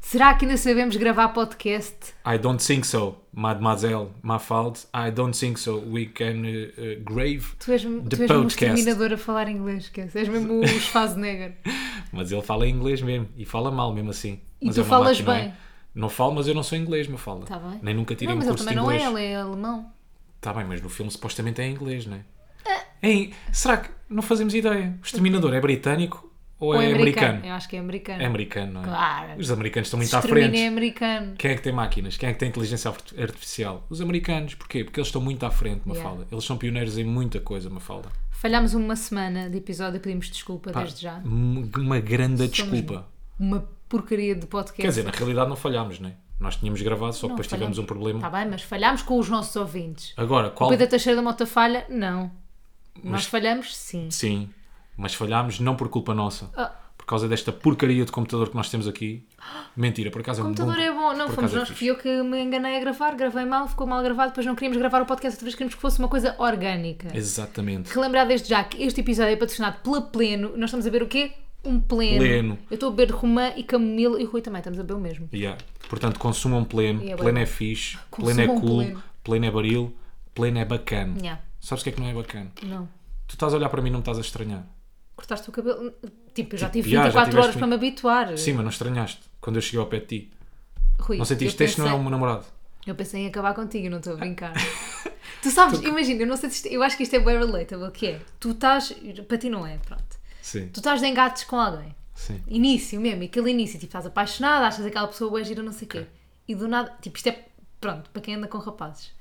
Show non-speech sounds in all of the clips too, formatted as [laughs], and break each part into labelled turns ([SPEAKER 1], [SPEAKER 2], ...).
[SPEAKER 1] Será que ainda sabemos gravar podcast?
[SPEAKER 2] I don't think so, mademoiselle Mafalda. I don't think so. We can uh, uh, grave
[SPEAKER 1] Tu és, tu
[SPEAKER 2] the
[SPEAKER 1] és mesmo um
[SPEAKER 2] podcast.
[SPEAKER 1] exterminador a falar inglês, esquece. És mesmo o
[SPEAKER 2] [laughs]
[SPEAKER 1] Schwarzenegger.
[SPEAKER 2] Mas ele fala inglês mesmo e fala mal mesmo assim.
[SPEAKER 1] E
[SPEAKER 2] Mas
[SPEAKER 1] tu
[SPEAKER 2] é uma
[SPEAKER 1] falas
[SPEAKER 2] máquina,
[SPEAKER 1] bem.
[SPEAKER 2] Não, é? Não falo, mas eu não sou inglês, me fala.
[SPEAKER 1] Tá bem.
[SPEAKER 2] Nem nunca tirei
[SPEAKER 1] Não, mas
[SPEAKER 2] um
[SPEAKER 1] ele
[SPEAKER 2] curso de
[SPEAKER 1] também não é,
[SPEAKER 2] inglês.
[SPEAKER 1] ele é alemão.
[SPEAKER 2] Tá bem, mas no filme supostamente é em inglês, não é? É em- Será que não fazemos ideia? O exterminador é britânico ou,
[SPEAKER 1] Ou
[SPEAKER 2] é
[SPEAKER 1] é
[SPEAKER 2] americano?
[SPEAKER 1] americano? Eu acho que é americano.
[SPEAKER 2] É americano, não é?
[SPEAKER 1] Claro.
[SPEAKER 2] Os americanos estão muito à
[SPEAKER 1] Extermina
[SPEAKER 2] frente.
[SPEAKER 1] é americano.
[SPEAKER 2] Quem é que tem máquinas? Quem é que tem inteligência arti- artificial? Os americanos. Porquê? Porque eles estão muito à frente, Mafalda. Eles são pioneiros em muita coisa, Mafalda.
[SPEAKER 1] Falhámos uma semana de episódio e pedimos desculpa
[SPEAKER 2] Pá,
[SPEAKER 1] desde já.
[SPEAKER 2] m- Uma grande desculpa.
[SPEAKER 1] Uma porcaria de podcast.
[SPEAKER 2] Quer dizer, na realidade não falhámos, né? Nós tínhamos gravado, só que
[SPEAKER 1] Não,
[SPEAKER 2] depois tivemos
[SPEAKER 1] falhámos.
[SPEAKER 2] um problema.
[SPEAKER 1] Está Tá bem, mas falhámos com os nossos ouvintes.
[SPEAKER 2] Agora,
[SPEAKER 1] O
[SPEAKER 2] qual.
[SPEAKER 1] Pedro Teixeira da Mota falha? Não. Nós falhamos? Sim.
[SPEAKER 2] Sim, mas falhámos não por culpa nossa.
[SPEAKER 1] Ah.
[SPEAKER 2] Por causa desta porcaria de computador que nós temos aqui. Mentira, por acaso é
[SPEAKER 1] O
[SPEAKER 2] um
[SPEAKER 1] computador
[SPEAKER 2] bom.
[SPEAKER 1] é bom. Não,
[SPEAKER 2] por
[SPEAKER 1] fomos
[SPEAKER 2] acaso é
[SPEAKER 1] nós.
[SPEAKER 2] fixe.
[SPEAKER 1] Fui eu que me enganei a gravar. Gravei mal, ficou mal gravado. Depois não queríamos gravar o podcast outra vez. Queríamos que fosse uma coisa orgânica.
[SPEAKER 2] Exatamente.
[SPEAKER 1] Relembrar desde já que este episódio é patrocinado pela Pleno. Nós estamos a beber o quê? Um Pleno.
[SPEAKER 2] Pleno.
[SPEAKER 1] Eu estou a beber Romã e Camomila e o Rui também. Estamos a beber o mesmo.
[SPEAKER 2] Yeah. Portanto, consumam pleno.
[SPEAKER 1] E é
[SPEAKER 2] pleno
[SPEAKER 1] bem
[SPEAKER 2] é fixe. pleno
[SPEAKER 1] Consumam
[SPEAKER 2] é cool.
[SPEAKER 1] pleno.
[SPEAKER 2] Pleno. é baril. Pleno é bacana.
[SPEAKER 1] Yeah.
[SPEAKER 2] Sabes o que é que não é bacana?
[SPEAKER 1] Não.
[SPEAKER 2] Tu estás a olhar para mim e não me estás a estranhar.
[SPEAKER 1] Cortaste o cabelo. Tipo, eu já tive
[SPEAKER 2] já, já
[SPEAKER 1] 24 horas
[SPEAKER 2] tiveste
[SPEAKER 1] para me habituar.
[SPEAKER 2] Sim, mas não estranhaste quando eu cheguei ao pé de ti.
[SPEAKER 1] Rui,
[SPEAKER 2] Não sentiste?
[SPEAKER 1] eu
[SPEAKER 2] Este não é um namorado.
[SPEAKER 1] Eu pensei em acabar contigo, não estou a
[SPEAKER 2] [laughs]
[SPEAKER 1] brincar. tu sabes, imagina, eu não sei se isto, eu acho que isto é bem relatable, que é, tu estás, para ti não é, pronto.
[SPEAKER 2] Sim,
[SPEAKER 1] Tu estás de engates com alguém.
[SPEAKER 2] sim.
[SPEAKER 1] Início mesmo, aquele início, tipo, estás apaixonada, achas aquela pessoa boa gira, não sei o quê. E do nada, tipo, isto é, pronto, para quem anda com rapazes.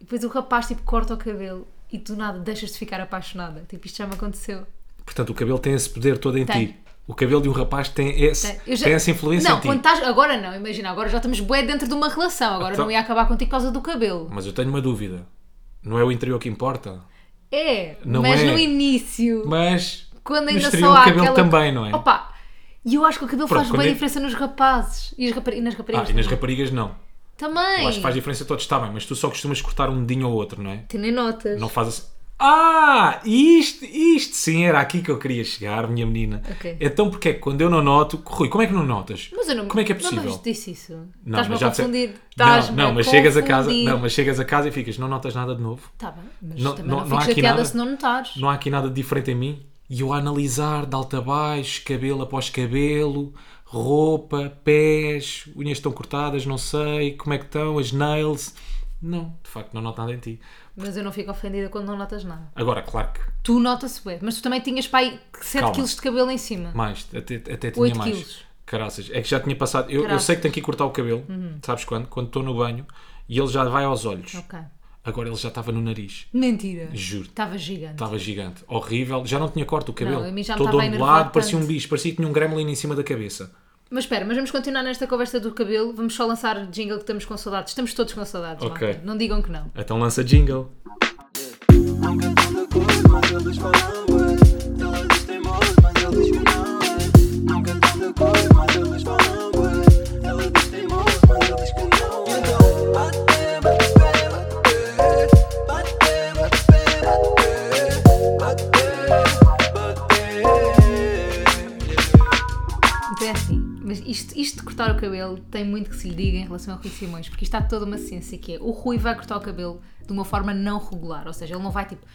[SPEAKER 1] E depois o rapaz, tipo, corta o cabelo e do nada deixas de ficar apaixonada. Tipo, isto já me aconteceu.
[SPEAKER 2] Portanto, o cabelo tem esse poder todo em
[SPEAKER 1] Tem.
[SPEAKER 2] ti. O cabelo de um rapaz tem, esse,
[SPEAKER 1] Tem. Eu já-
[SPEAKER 2] tem essa influência
[SPEAKER 1] Não,
[SPEAKER 2] em ti.
[SPEAKER 1] quando tá- estás, agora não, imagina, agora já estamos bué dentro de uma relação, agora
[SPEAKER 2] Então-
[SPEAKER 1] não ia acabar contigo por causa do cabelo.
[SPEAKER 2] Mas eu tenho uma dúvida. Não é o interior que importa,
[SPEAKER 1] É,
[SPEAKER 2] Não
[SPEAKER 1] mas
[SPEAKER 2] é.
[SPEAKER 1] no início...
[SPEAKER 2] mas
[SPEAKER 1] quando
[SPEAKER 2] no
[SPEAKER 1] ainda
[SPEAKER 2] exterior
[SPEAKER 1] só há
[SPEAKER 2] o cabelo
[SPEAKER 1] aquela...
[SPEAKER 2] também, não é?
[SPEAKER 1] Opa, e eu acho que o cabelo
[SPEAKER 2] Pronto,
[SPEAKER 1] faz
[SPEAKER 2] quando
[SPEAKER 1] bem
[SPEAKER 2] é-
[SPEAKER 1] diferença nos rapazes e, as rapar- e nas
[SPEAKER 2] ah,
[SPEAKER 1] raparigas
[SPEAKER 2] e nas
[SPEAKER 1] também.
[SPEAKER 2] raparigas não.
[SPEAKER 1] também.
[SPEAKER 2] Eu acho que faz diferença todos, está bem, mas tu só costumas cortar um dedinho ou outro, não é?
[SPEAKER 1] Tu nem notas.
[SPEAKER 2] Não faz assim. Ah, isto, isto sim, era aqui que eu queria chegar, minha menina.
[SPEAKER 1] Ok.
[SPEAKER 2] Então porque é que quando eu não noto, Rui, como é que não notas?
[SPEAKER 1] Mas eu não...
[SPEAKER 2] Como é que é
[SPEAKER 1] Não,
[SPEAKER 2] possível?
[SPEAKER 1] mas disse isso.
[SPEAKER 2] Não,
[SPEAKER 1] Estás-me a
[SPEAKER 2] mas já disse-
[SPEAKER 1] confundir.
[SPEAKER 2] Não,
[SPEAKER 1] Estás-me
[SPEAKER 2] não,
[SPEAKER 1] a
[SPEAKER 2] mas chegas a casa,
[SPEAKER 1] confundir.
[SPEAKER 2] não, mas chegas a casa e ficas, não notas nada de novo.
[SPEAKER 1] Tá bem, mas
[SPEAKER 2] Não-
[SPEAKER 1] também não,
[SPEAKER 2] não- não há
[SPEAKER 1] fico
[SPEAKER 2] aqui
[SPEAKER 1] chateada
[SPEAKER 2] nada.
[SPEAKER 1] se não notares.
[SPEAKER 2] Não há aqui nada de diferente em mim. E eu a analisar de alto a baixo, cabelo após cabelo, roupa, pés, unhas estão cortadas, não sei, como é que estão, as nails. Não, de facto, não noto nada em ti.
[SPEAKER 1] Mas eu não fico ofendida quando não notas nada.
[SPEAKER 2] Agora, claro que
[SPEAKER 1] Tu notas-se bem, mas tu também tinhas pai 7
[SPEAKER 2] Calma.
[SPEAKER 1] kg de cabelo em cima.
[SPEAKER 2] Mais, até, até tinha
[SPEAKER 1] Oito
[SPEAKER 2] mais.
[SPEAKER 1] quilos.
[SPEAKER 2] Caraças, é que já tinha passado. Eu, eu
[SPEAKER 1] Caraças. Uhum.
[SPEAKER 2] sei que tenho que ir cortar o cabelo, sabes quando? Quando estou no banho e ele já vai aos olhos.
[SPEAKER 1] Ok.
[SPEAKER 2] Agora ele já estava no nariz,
[SPEAKER 1] Mentira.
[SPEAKER 2] juro.
[SPEAKER 1] Estava gigante.
[SPEAKER 2] Estava gigante, horrível, já não tinha corte o cabelo.
[SPEAKER 1] a mim já me
[SPEAKER 2] Todo
[SPEAKER 1] estava a enervar
[SPEAKER 2] ondulado, parecia um
[SPEAKER 1] tanto.
[SPEAKER 2] bicho, parecia que tinha um gremlin em cima da cabeça.
[SPEAKER 1] Mas espera, mas vamos continuar nesta conversa do cabelo. Vamos só lançar jingle que estamos com saudades. Estamos todos com saudades,
[SPEAKER 2] Ok.
[SPEAKER 1] malta. Não digam que não.
[SPEAKER 2] Então lança jingle.
[SPEAKER 3] I'm good on the good, mas eles falam ué. Eles têm moço, mas eles que não é. I'm good on the good, mas eles falam ué. Eles têm moço, mas eles que não é. Então, bate, bate, bate, bate. Bate, bate, bate, bate. Bate, yeah.
[SPEAKER 1] Então é assim. Mas isto, isto de cortar o cabelo tem muito que se lhe diga em relação ao Rui Simões, porque isto há toda uma ciência que é o Rui vai cortar o cabelo de uma forma não regular, ou seja, ele não vai tipo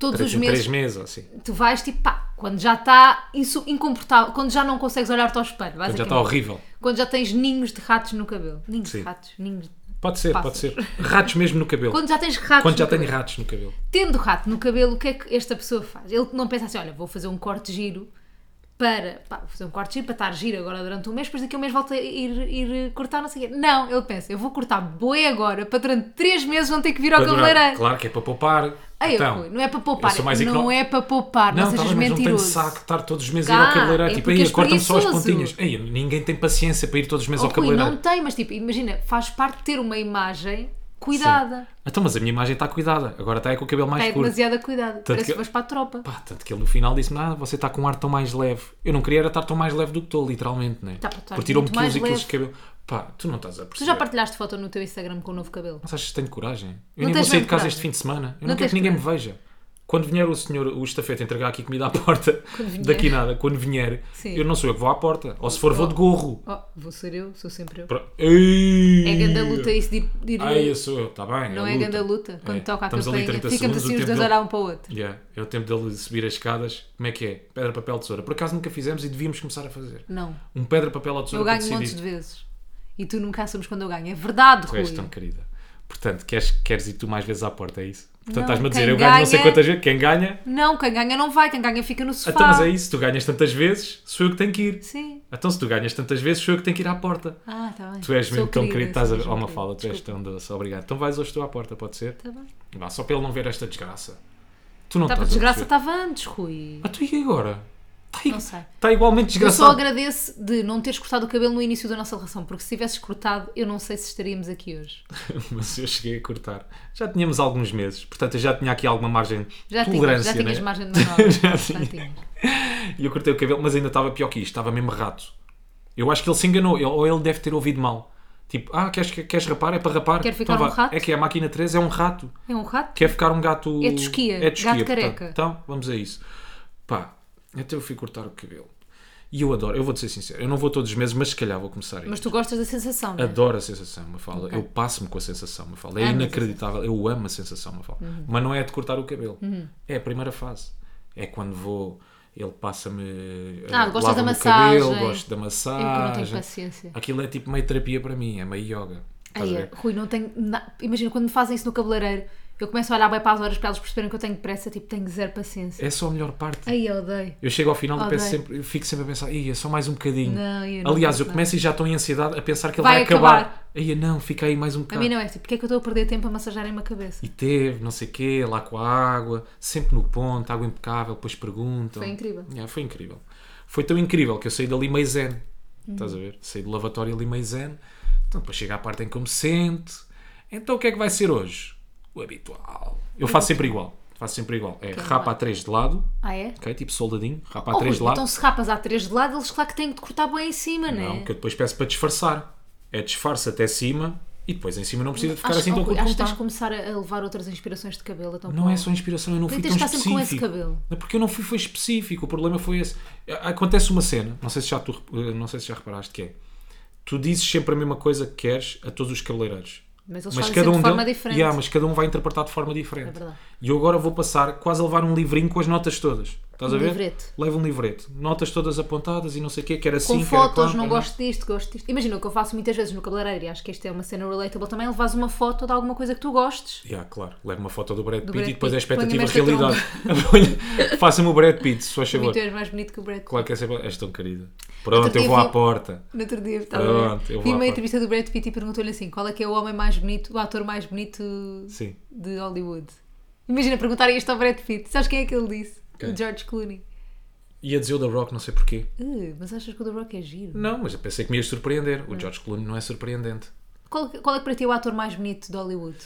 [SPEAKER 1] todos
[SPEAKER 2] Três
[SPEAKER 1] os
[SPEAKER 2] em
[SPEAKER 1] meses.
[SPEAKER 2] três meses, ou assim.
[SPEAKER 1] Tu vais tipo pá, quando já está insu- incomportável, quando já não consegues olhar-te ao espelho,
[SPEAKER 2] Portanto,
[SPEAKER 1] basicamente.
[SPEAKER 2] Já está horrível.
[SPEAKER 1] Quando já tens ninhos de ratos no cabelo. Ninhos
[SPEAKER 2] Sim.
[SPEAKER 1] de ratos, ninhos de...
[SPEAKER 2] Pode ser,
[SPEAKER 1] Pássaros.
[SPEAKER 2] pode ser. Ratos mesmo no cabelo.
[SPEAKER 1] Quando já tens ratos
[SPEAKER 2] Quando já
[SPEAKER 1] no
[SPEAKER 2] tenho
[SPEAKER 1] cabelo.
[SPEAKER 2] ratos no cabelo.
[SPEAKER 1] tendo rato no cabelo, o que é que esta pessoa faz? Ele não pensa assim, olha, vou fazer um corte giro para, pá, vou fazer um corte giro para estar giro agora durante um mês, depois daqui a um mês volto a ir, ir cortar, não sei o quê. Não, ele pensa, eu vou cortar boi agora, para durante 3 meses não ter que vir ao
[SPEAKER 2] Para durar-
[SPEAKER 1] cabeleireiro.
[SPEAKER 2] Claro que é para poupar.
[SPEAKER 1] Aí eu
[SPEAKER 2] Então,
[SPEAKER 1] fui, não é para
[SPEAKER 2] eu
[SPEAKER 1] poupar,
[SPEAKER 2] sou mais
[SPEAKER 1] não
[SPEAKER 2] igno-
[SPEAKER 1] é para poupar, não,
[SPEAKER 2] Não, tá
[SPEAKER 1] sejas
[SPEAKER 2] bem, mas não tenho
[SPEAKER 1] mentiroso.
[SPEAKER 2] saco de estar todos os meses a ir
[SPEAKER 1] Cá,
[SPEAKER 2] ao cabeleireiro.
[SPEAKER 1] é
[SPEAKER 2] tipo,
[SPEAKER 1] porque
[SPEAKER 2] aí
[SPEAKER 1] és
[SPEAKER 2] corta-me só as
[SPEAKER 1] preguiçoso.
[SPEAKER 2] pontinhas. Aí ninguém tem paciência para ir todos os meses
[SPEAKER 1] Oh,
[SPEAKER 2] ao
[SPEAKER 1] Rui, não
[SPEAKER 2] cabeleireiro.
[SPEAKER 1] tem, mas tipo, imagina, faz parte de ter uma imagem cuidada.
[SPEAKER 2] Então, mas a minha imagem está cuidada. Agora está aí com o cabelo mais
[SPEAKER 1] É
[SPEAKER 2] curto.
[SPEAKER 1] demasiada cuidada. Parece
[SPEAKER 2] que-
[SPEAKER 1] que vais para a tropa.
[SPEAKER 2] Pá, tanto que ele no final disse-me, ah, você está com um ar tão mais leve. Eu não queria era estar tão mais leve do que estou, literalmente, né?
[SPEAKER 1] Tá, pá, estás
[SPEAKER 2] Porque tirou-me
[SPEAKER 1] muito
[SPEAKER 2] quilos
[SPEAKER 1] mais
[SPEAKER 2] e quilos
[SPEAKER 1] leve.
[SPEAKER 2] de cabelo. Pá, tu não estás a perceber.
[SPEAKER 1] Tu já partilhaste foto no teu Instagram com o novo cabelo?
[SPEAKER 2] Mas achas que tenho coragem? Eu
[SPEAKER 1] Não
[SPEAKER 2] nem vou
[SPEAKER 1] tens
[SPEAKER 2] sair de
[SPEAKER 1] mesmo
[SPEAKER 2] casa
[SPEAKER 1] coragem.
[SPEAKER 2] este fim de semana. Eu
[SPEAKER 1] Não
[SPEAKER 2] não, quero
[SPEAKER 1] tens
[SPEAKER 2] que ninguém me veja. Quando vier o senhor, o estafeta, entregar aqui comida à porta,
[SPEAKER 1] [laughs] Quando vier.
[SPEAKER 2] daqui nada, quando vier,
[SPEAKER 1] Sim.
[SPEAKER 2] eu não sou eu que vou à porta. Ou se for, vou de gorro.
[SPEAKER 1] Oh, vou ser eu, sou sempre eu.
[SPEAKER 2] Pro- Ei!
[SPEAKER 1] É grande a luta isso de ir. de ir-
[SPEAKER 2] Ai, eu sou eu, está bem.
[SPEAKER 1] não
[SPEAKER 2] Ah, a
[SPEAKER 1] é
[SPEAKER 2] luta.
[SPEAKER 1] grande a luta. Quando
[SPEAKER 2] É.
[SPEAKER 1] toca a
[SPEAKER 2] Estamos ali
[SPEAKER 1] campanha,
[SPEAKER 2] 30
[SPEAKER 1] ficamos
[SPEAKER 2] segundos,
[SPEAKER 1] assim
[SPEAKER 2] o
[SPEAKER 1] os
[SPEAKER 2] tempo
[SPEAKER 1] dois a
[SPEAKER 2] dele-
[SPEAKER 1] olhar um para o outro.
[SPEAKER 2] Yeah, É o tempo dele subir as escadas. Como é que é? Pedra, papel, tesoura. Por acaso nunca fizemos e devíamos começar a fazer.
[SPEAKER 1] Não.
[SPEAKER 2] Um pedra, papel ou
[SPEAKER 1] Eu
[SPEAKER 2] tesoura para
[SPEAKER 1] ganho montes de
[SPEAKER 2] decidir.
[SPEAKER 1] vezes. E tu nunca assumes quando eu ganho. É verdade,
[SPEAKER 2] Tu
[SPEAKER 1] Rui.
[SPEAKER 2] és tão querida. Portanto, queres, queres ir tu mais vezes à porta, é isso? Portanto,
[SPEAKER 1] Não,
[SPEAKER 2] estás-me a dizer,
[SPEAKER 1] quem
[SPEAKER 2] eu ganho não sei
[SPEAKER 1] ganha-
[SPEAKER 2] quantas vezes. Quem ganha?
[SPEAKER 1] Não, quem ganha não vai, quem ganha fica no sofá.
[SPEAKER 2] Então, mas é isso. Tu ganhas tantas vezes, sou eu que tenho que ir.
[SPEAKER 1] Sim.
[SPEAKER 2] Então, se tu ganhas tantas vezes, sou eu que tenho que ir à porta.
[SPEAKER 1] Ah, tá bem.
[SPEAKER 2] Tu és
[SPEAKER 1] Sou
[SPEAKER 2] mesmo tão querido,
[SPEAKER 1] querida,
[SPEAKER 2] estás a
[SPEAKER 1] sou
[SPEAKER 2] ver. uma
[SPEAKER 1] mesmo
[SPEAKER 2] fala, tu
[SPEAKER 1] querida.
[SPEAKER 2] és tão doce, obrigado. Então vais hoje tu à porta, pode ser?
[SPEAKER 1] Tá bem.
[SPEAKER 2] Vá, só para ele não ver esta desgraça. Tu não
[SPEAKER 1] Tá,
[SPEAKER 2] estás
[SPEAKER 1] a
[SPEAKER 2] a
[SPEAKER 1] desgraça
[SPEAKER 2] perceber.
[SPEAKER 1] estava antes, Rui.
[SPEAKER 2] Ah, tu e agora?
[SPEAKER 1] Não sei.
[SPEAKER 2] Está igualmente
[SPEAKER 1] Eu só
[SPEAKER 2] desgraçado.
[SPEAKER 1] agradeço de não teres cortado o cabelo no início da nossa relação, porque se tivesses cortado, eu não sei se estaríamos aqui hoje.
[SPEAKER 2] [laughs] Mas eu cheguei a cortar. Já tínhamos alguns meses, portanto eu já tinha aqui alguma margem de
[SPEAKER 1] Já tinhas,
[SPEAKER 2] tolerância.
[SPEAKER 1] já tinhas
[SPEAKER 2] né?
[SPEAKER 1] margem de manobra.
[SPEAKER 2] [laughs] Já tinha.
[SPEAKER 1] tinhas.
[SPEAKER 2] E eu cortei o cabelo, mas ainda estava pior que isto, estava mesmo rato. Eu acho que ele se enganou, ele- ou ele deve ter ouvido mal. Tipo, ah, queres, queres rapar? É para rapar.
[SPEAKER 1] Quer ficar um
[SPEAKER 2] vá.
[SPEAKER 1] rato?
[SPEAKER 2] É que é a máquina 3 é um rato.
[SPEAKER 1] É um rato?
[SPEAKER 2] Quer ficar um gato.
[SPEAKER 1] É tosquia,
[SPEAKER 2] É tosquia,
[SPEAKER 1] gato
[SPEAKER 2] portanto.
[SPEAKER 1] careca.
[SPEAKER 2] Então, vamos a isso. Pá, até eu fui cortar o cabelo. E eu adoro, eu vou-te ser sincero, eu não vou todos os meses, mas se calhar vou começar aí.
[SPEAKER 1] Mas tu gostas da sensação, não é?
[SPEAKER 2] Adoro a sensação, Mafalda. Eu passo-me com a sensação, Mafalda. É
[SPEAKER 1] Amas a Uhum.
[SPEAKER 2] inacreditável. Eu amo a sensação, Mafalda. Mas não é de cortar o cabelo. É a primeira fase. É quando vou... Ele passa-me...
[SPEAKER 1] Ah,
[SPEAKER 2] eh,
[SPEAKER 1] gostas da
[SPEAKER 2] lava-me o
[SPEAKER 1] massagem.
[SPEAKER 2] Cabelo, gosto da
[SPEAKER 1] Eu que não
[SPEAKER 2] massagem.
[SPEAKER 1] tenho paciência.
[SPEAKER 2] Aquilo é tipo meio terapia para mim. É meio yoga. Estás a
[SPEAKER 1] Ai, é.
[SPEAKER 2] ver?
[SPEAKER 1] Rui, não tenho. na- Imagina, quando me fazem isso no cabeleireiro, eu começo a olhar bem para as horas para elas perceberem que eu tenho pressa, tipo, tenho zero paciência.
[SPEAKER 2] É só a melhor parte.
[SPEAKER 1] Ai, eu odeio.
[SPEAKER 2] Eu chego ao final e
[SPEAKER 1] Odeio.
[SPEAKER 2] penso sempre, eu fico sempre a pensar, "Ih, é só mais um bocadinho.
[SPEAKER 1] Não, eu não
[SPEAKER 2] Aliás,
[SPEAKER 1] penso
[SPEAKER 2] eu começo e já estou em ansiedade a pensar que ele
[SPEAKER 1] Vai
[SPEAKER 2] vai, acabar.
[SPEAKER 1] acabar.
[SPEAKER 2] Aí não, fica aí mais um
[SPEAKER 1] A
[SPEAKER 2] bocado.
[SPEAKER 1] mim não é tipo, porque é que eu estou a perder tempo a massajarem uma cabeça?
[SPEAKER 2] E teve, não sei o quê, lá com a água, sempre no ponto, água impecável, depois perguntam.
[SPEAKER 1] Foi incrível.
[SPEAKER 2] Yeah, foi incrível. Foi tão incrível que eu saí dali meio zen. Estás
[SPEAKER 1] Uhum.
[SPEAKER 2] a ver? Saí do lavatório ali meio zen. Então depois chega à parte em que eu me sento. Então o que é que vai ser hoje? O habitual. Eu faço sempre igual. Faço sempre igual. É rapa a três de lado,
[SPEAKER 1] Ah, é?
[SPEAKER 2] ok? Tipo soldadinho, rapa a
[SPEAKER 1] Oh, Rui,
[SPEAKER 2] três de lado.
[SPEAKER 1] então se rapas a três de lado, eles claro que têm de cortar bem em cima, não é?
[SPEAKER 2] Não, que eu depois peço para disfarçar. É disfarça até cima e depois em cima não precisa de ficar
[SPEAKER 1] Acho,
[SPEAKER 2] assim
[SPEAKER 1] oh,
[SPEAKER 2] tão
[SPEAKER 1] Rui, acho que tens de
[SPEAKER 2] complicado.
[SPEAKER 1] começar a a levar outras inspirações de cabelo. Então,
[SPEAKER 2] Não é só inspiração, eu não fui
[SPEAKER 1] Tens
[SPEAKER 2] tão
[SPEAKER 1] de estar sempre
[SPEAKER 2] específico.
[SPEAKER 1] com esse cabelo.
[SPEAKER 2] Não, Porque eu não fui foi específico, o problema foi esse. Acontece uma cena, não sei se já, tu, eh, não sei se já reparaste, que é tu dizes sempre a mesma coisa que queres a todos os cabeleireiros. um
[SPEAKER 1] Mas eles fazem sempre de forma diferente.
[SPEAKER 2] Yeah, mas cada um vai interpretar de forma diferente.
[SPEAKER 1] É verdade.
[SPEAKER 2] E eu agora vou passar quase a levar um livrinho com as notas todas. Estás
[SPEAKER 1] Um
[SPEAKER 2] a ver?
[SPEAKER 1] livreto.
[SPEAKER 2] Levo um livreto. Notas todas apontadas e não sei o quê, que era assim,
[SPEAKER 1] com
[SPEAKER 2] que era
[SPEAKER 1] fotos,
[SPEAKER 2] claro,
[SPEAKER 1] não
[SPEAKER 2] que era-
[SPEAKER 1] gosto disto, gosto disto. Imagina o que eu faço muitas vezes no cabeleireiro e acho que isto é uma cena relatable também, levas uma foto de alguma coisa que tu gostes.
[SPEAKER 2] Yeah, claro, leva uma foto do Brad Pitt
[SPEAKER 1] Brad
[SPEAKER 2] e depois é a
[SPEAKER 1] Pitt.
[SPEAKER 2] expectativa a
[SPEAKER 1] Ponha-me
[SPEAKER 2] realidade. [laughs] Ponha- Faça-me o Brad Pitt, se faz
[SPEAKER 1] E
[SPEAKER 2] favor.
[SPEAKER 1] tu és mais bonito que o Brad Pitt.
[SPEAKER 2] Claro que é sempre. És tão querida. Pronto, eu
[SPEAKER 1] dia
[SPEAKER 2] vou à
[SPEAKER 1] vi-
[SPEAKER 2] porta.
[SPEAKER 1] No outro dia estava a
[SPEAKER 2] Pronto,
[SPEAKER 1] ver.
[SPEAKER 2] eu
[SPEAKER 1] Vi
[SPEAKER 2] vou à
[SPEAKER 1] uma
[SPEAKER 2] parte.
[SPEAKER 1] entrevista do Brad Pitt e perguntou-lhe assim: qual é que é o homem mais bonito, o ator mais bonito
[SPEAKER 2] Sim.
[SPEAKER 1] de Hollywood? Imagina perguntarem isto ao Brad Pitt. Sabes quem é que ele disse?
[SPEAKER 2] Quem?
[SPEAKER 1] O George Clooney.
[SPEAKER 2] Ia dizer o The Rock, não sei porquê.
[SPEAKER 1] "Uh, mas achas que o The Rock é giro?
[SPEAKER 2] Não, mas eu pensei que me ias surpreender.
[SPEAKER 1] Hum.
[SPEAKER 2] O George Clooney não é surpreendente.
[SPEAKER 1] Qual, qual é que para ti é o ator mais bonito de Hollywood?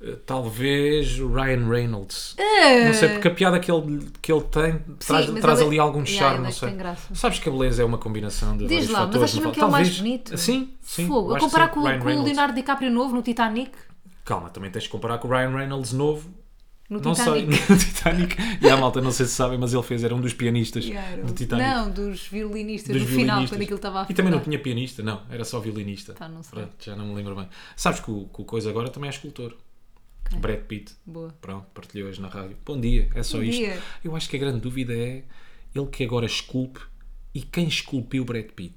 [SPEAKER 2] Eh, Talvez o Ryan Reynolds. Não sei, porque a piada que ele, que ele tem traz,
[SPEAKER 1] Ah. mas
[SPEAKER 2] traz
[SPEAKER 1] ele-
[SPEAKER 2] ali algum
[SPEAKER 1] Yeah,
[SPEAKER 2] charme,
[SPEAKER 1] ele é
[SPEAKER 2] não
[SPEAKER 1] que
[SPEAKER 2] sei.
[SPEAKER 1] tem graça.
[SPEAKER 2] Sabes que a beleza é uma combinação de
[SPEAKER 1] Diz
[SPEAKER 2] vários
[SPEAKER 1] lá, mas
[SPEAKER 2] fatores.
[SPEAKER 1] achas
[SPEAKER 2] não
[SPEAKER 1] mesmo
[SPEAKER 2] fala-
[SPEAKER 1] que é o mais
[SPEAKER 2] Talvez.
[SPEAKER 1] bonito?
[SPEAKER 2] Sim, sim.
[SPEAKER 1] Fogo.
[SPEAKER 2] eu
[SPEAKER 1] A
[SPEAKER 2] acho que
[SPEAKER 1] comparar
[SPEAKER 2] sim.
[SPEAKER 1] com,
[SPEAKER 2] Ryan
[SPEAKER 1] com o
[SPEAKER 2] Reynolds.
[SPEAKER 1] Leonardo DiCaprio novo no Titanic?
[SPEAKER 2] Calma, também tens de comparar com o Ryan Reynolds novo.
[SPEAKER 1] No
[SPEAKER 2] Não sei, [laughs]
[SPEAKER 1] Titanic.
[SPEAKER 2] no Titanic. E a malta, não sei se sabem, mas ele fez, era um dos pianistas
[SPEAKER 1] Yeah,
[SPEAKER 2] do Titanic.
[SPEAKER 1] Não, dos violinistas
[SPEAKER 2] dos
[SPEAKER 1] no final,
[SPEAKER 2] violinistas.
[SPEAKER 1] quando aquilo estava a
[SPEAKER 2] E também não
[SPEAKER 1] afundar.
[SPEAKER 2] tinha pianista, não, era só violinista.
[SPEAKER 1] Tá, não sei.
[SPEAKER 2] Pronto, já não me lembro bem. Sabes que o, que o Coisa agora também é escultor. Brad Pitt.
[SPEAKER 1] Boa.
[SPEAKER 2] Pronto, partilhou hoje na rádio. Bom dia, é só
[SPEAKER 1] Bom
[SPEAKER 2] isto.
[SPEAKER 1] dia.
[SPEAKER 2] Eu acho que a grande dúvida é ele que agora esculpe e quem esculpiu Brad Pitt.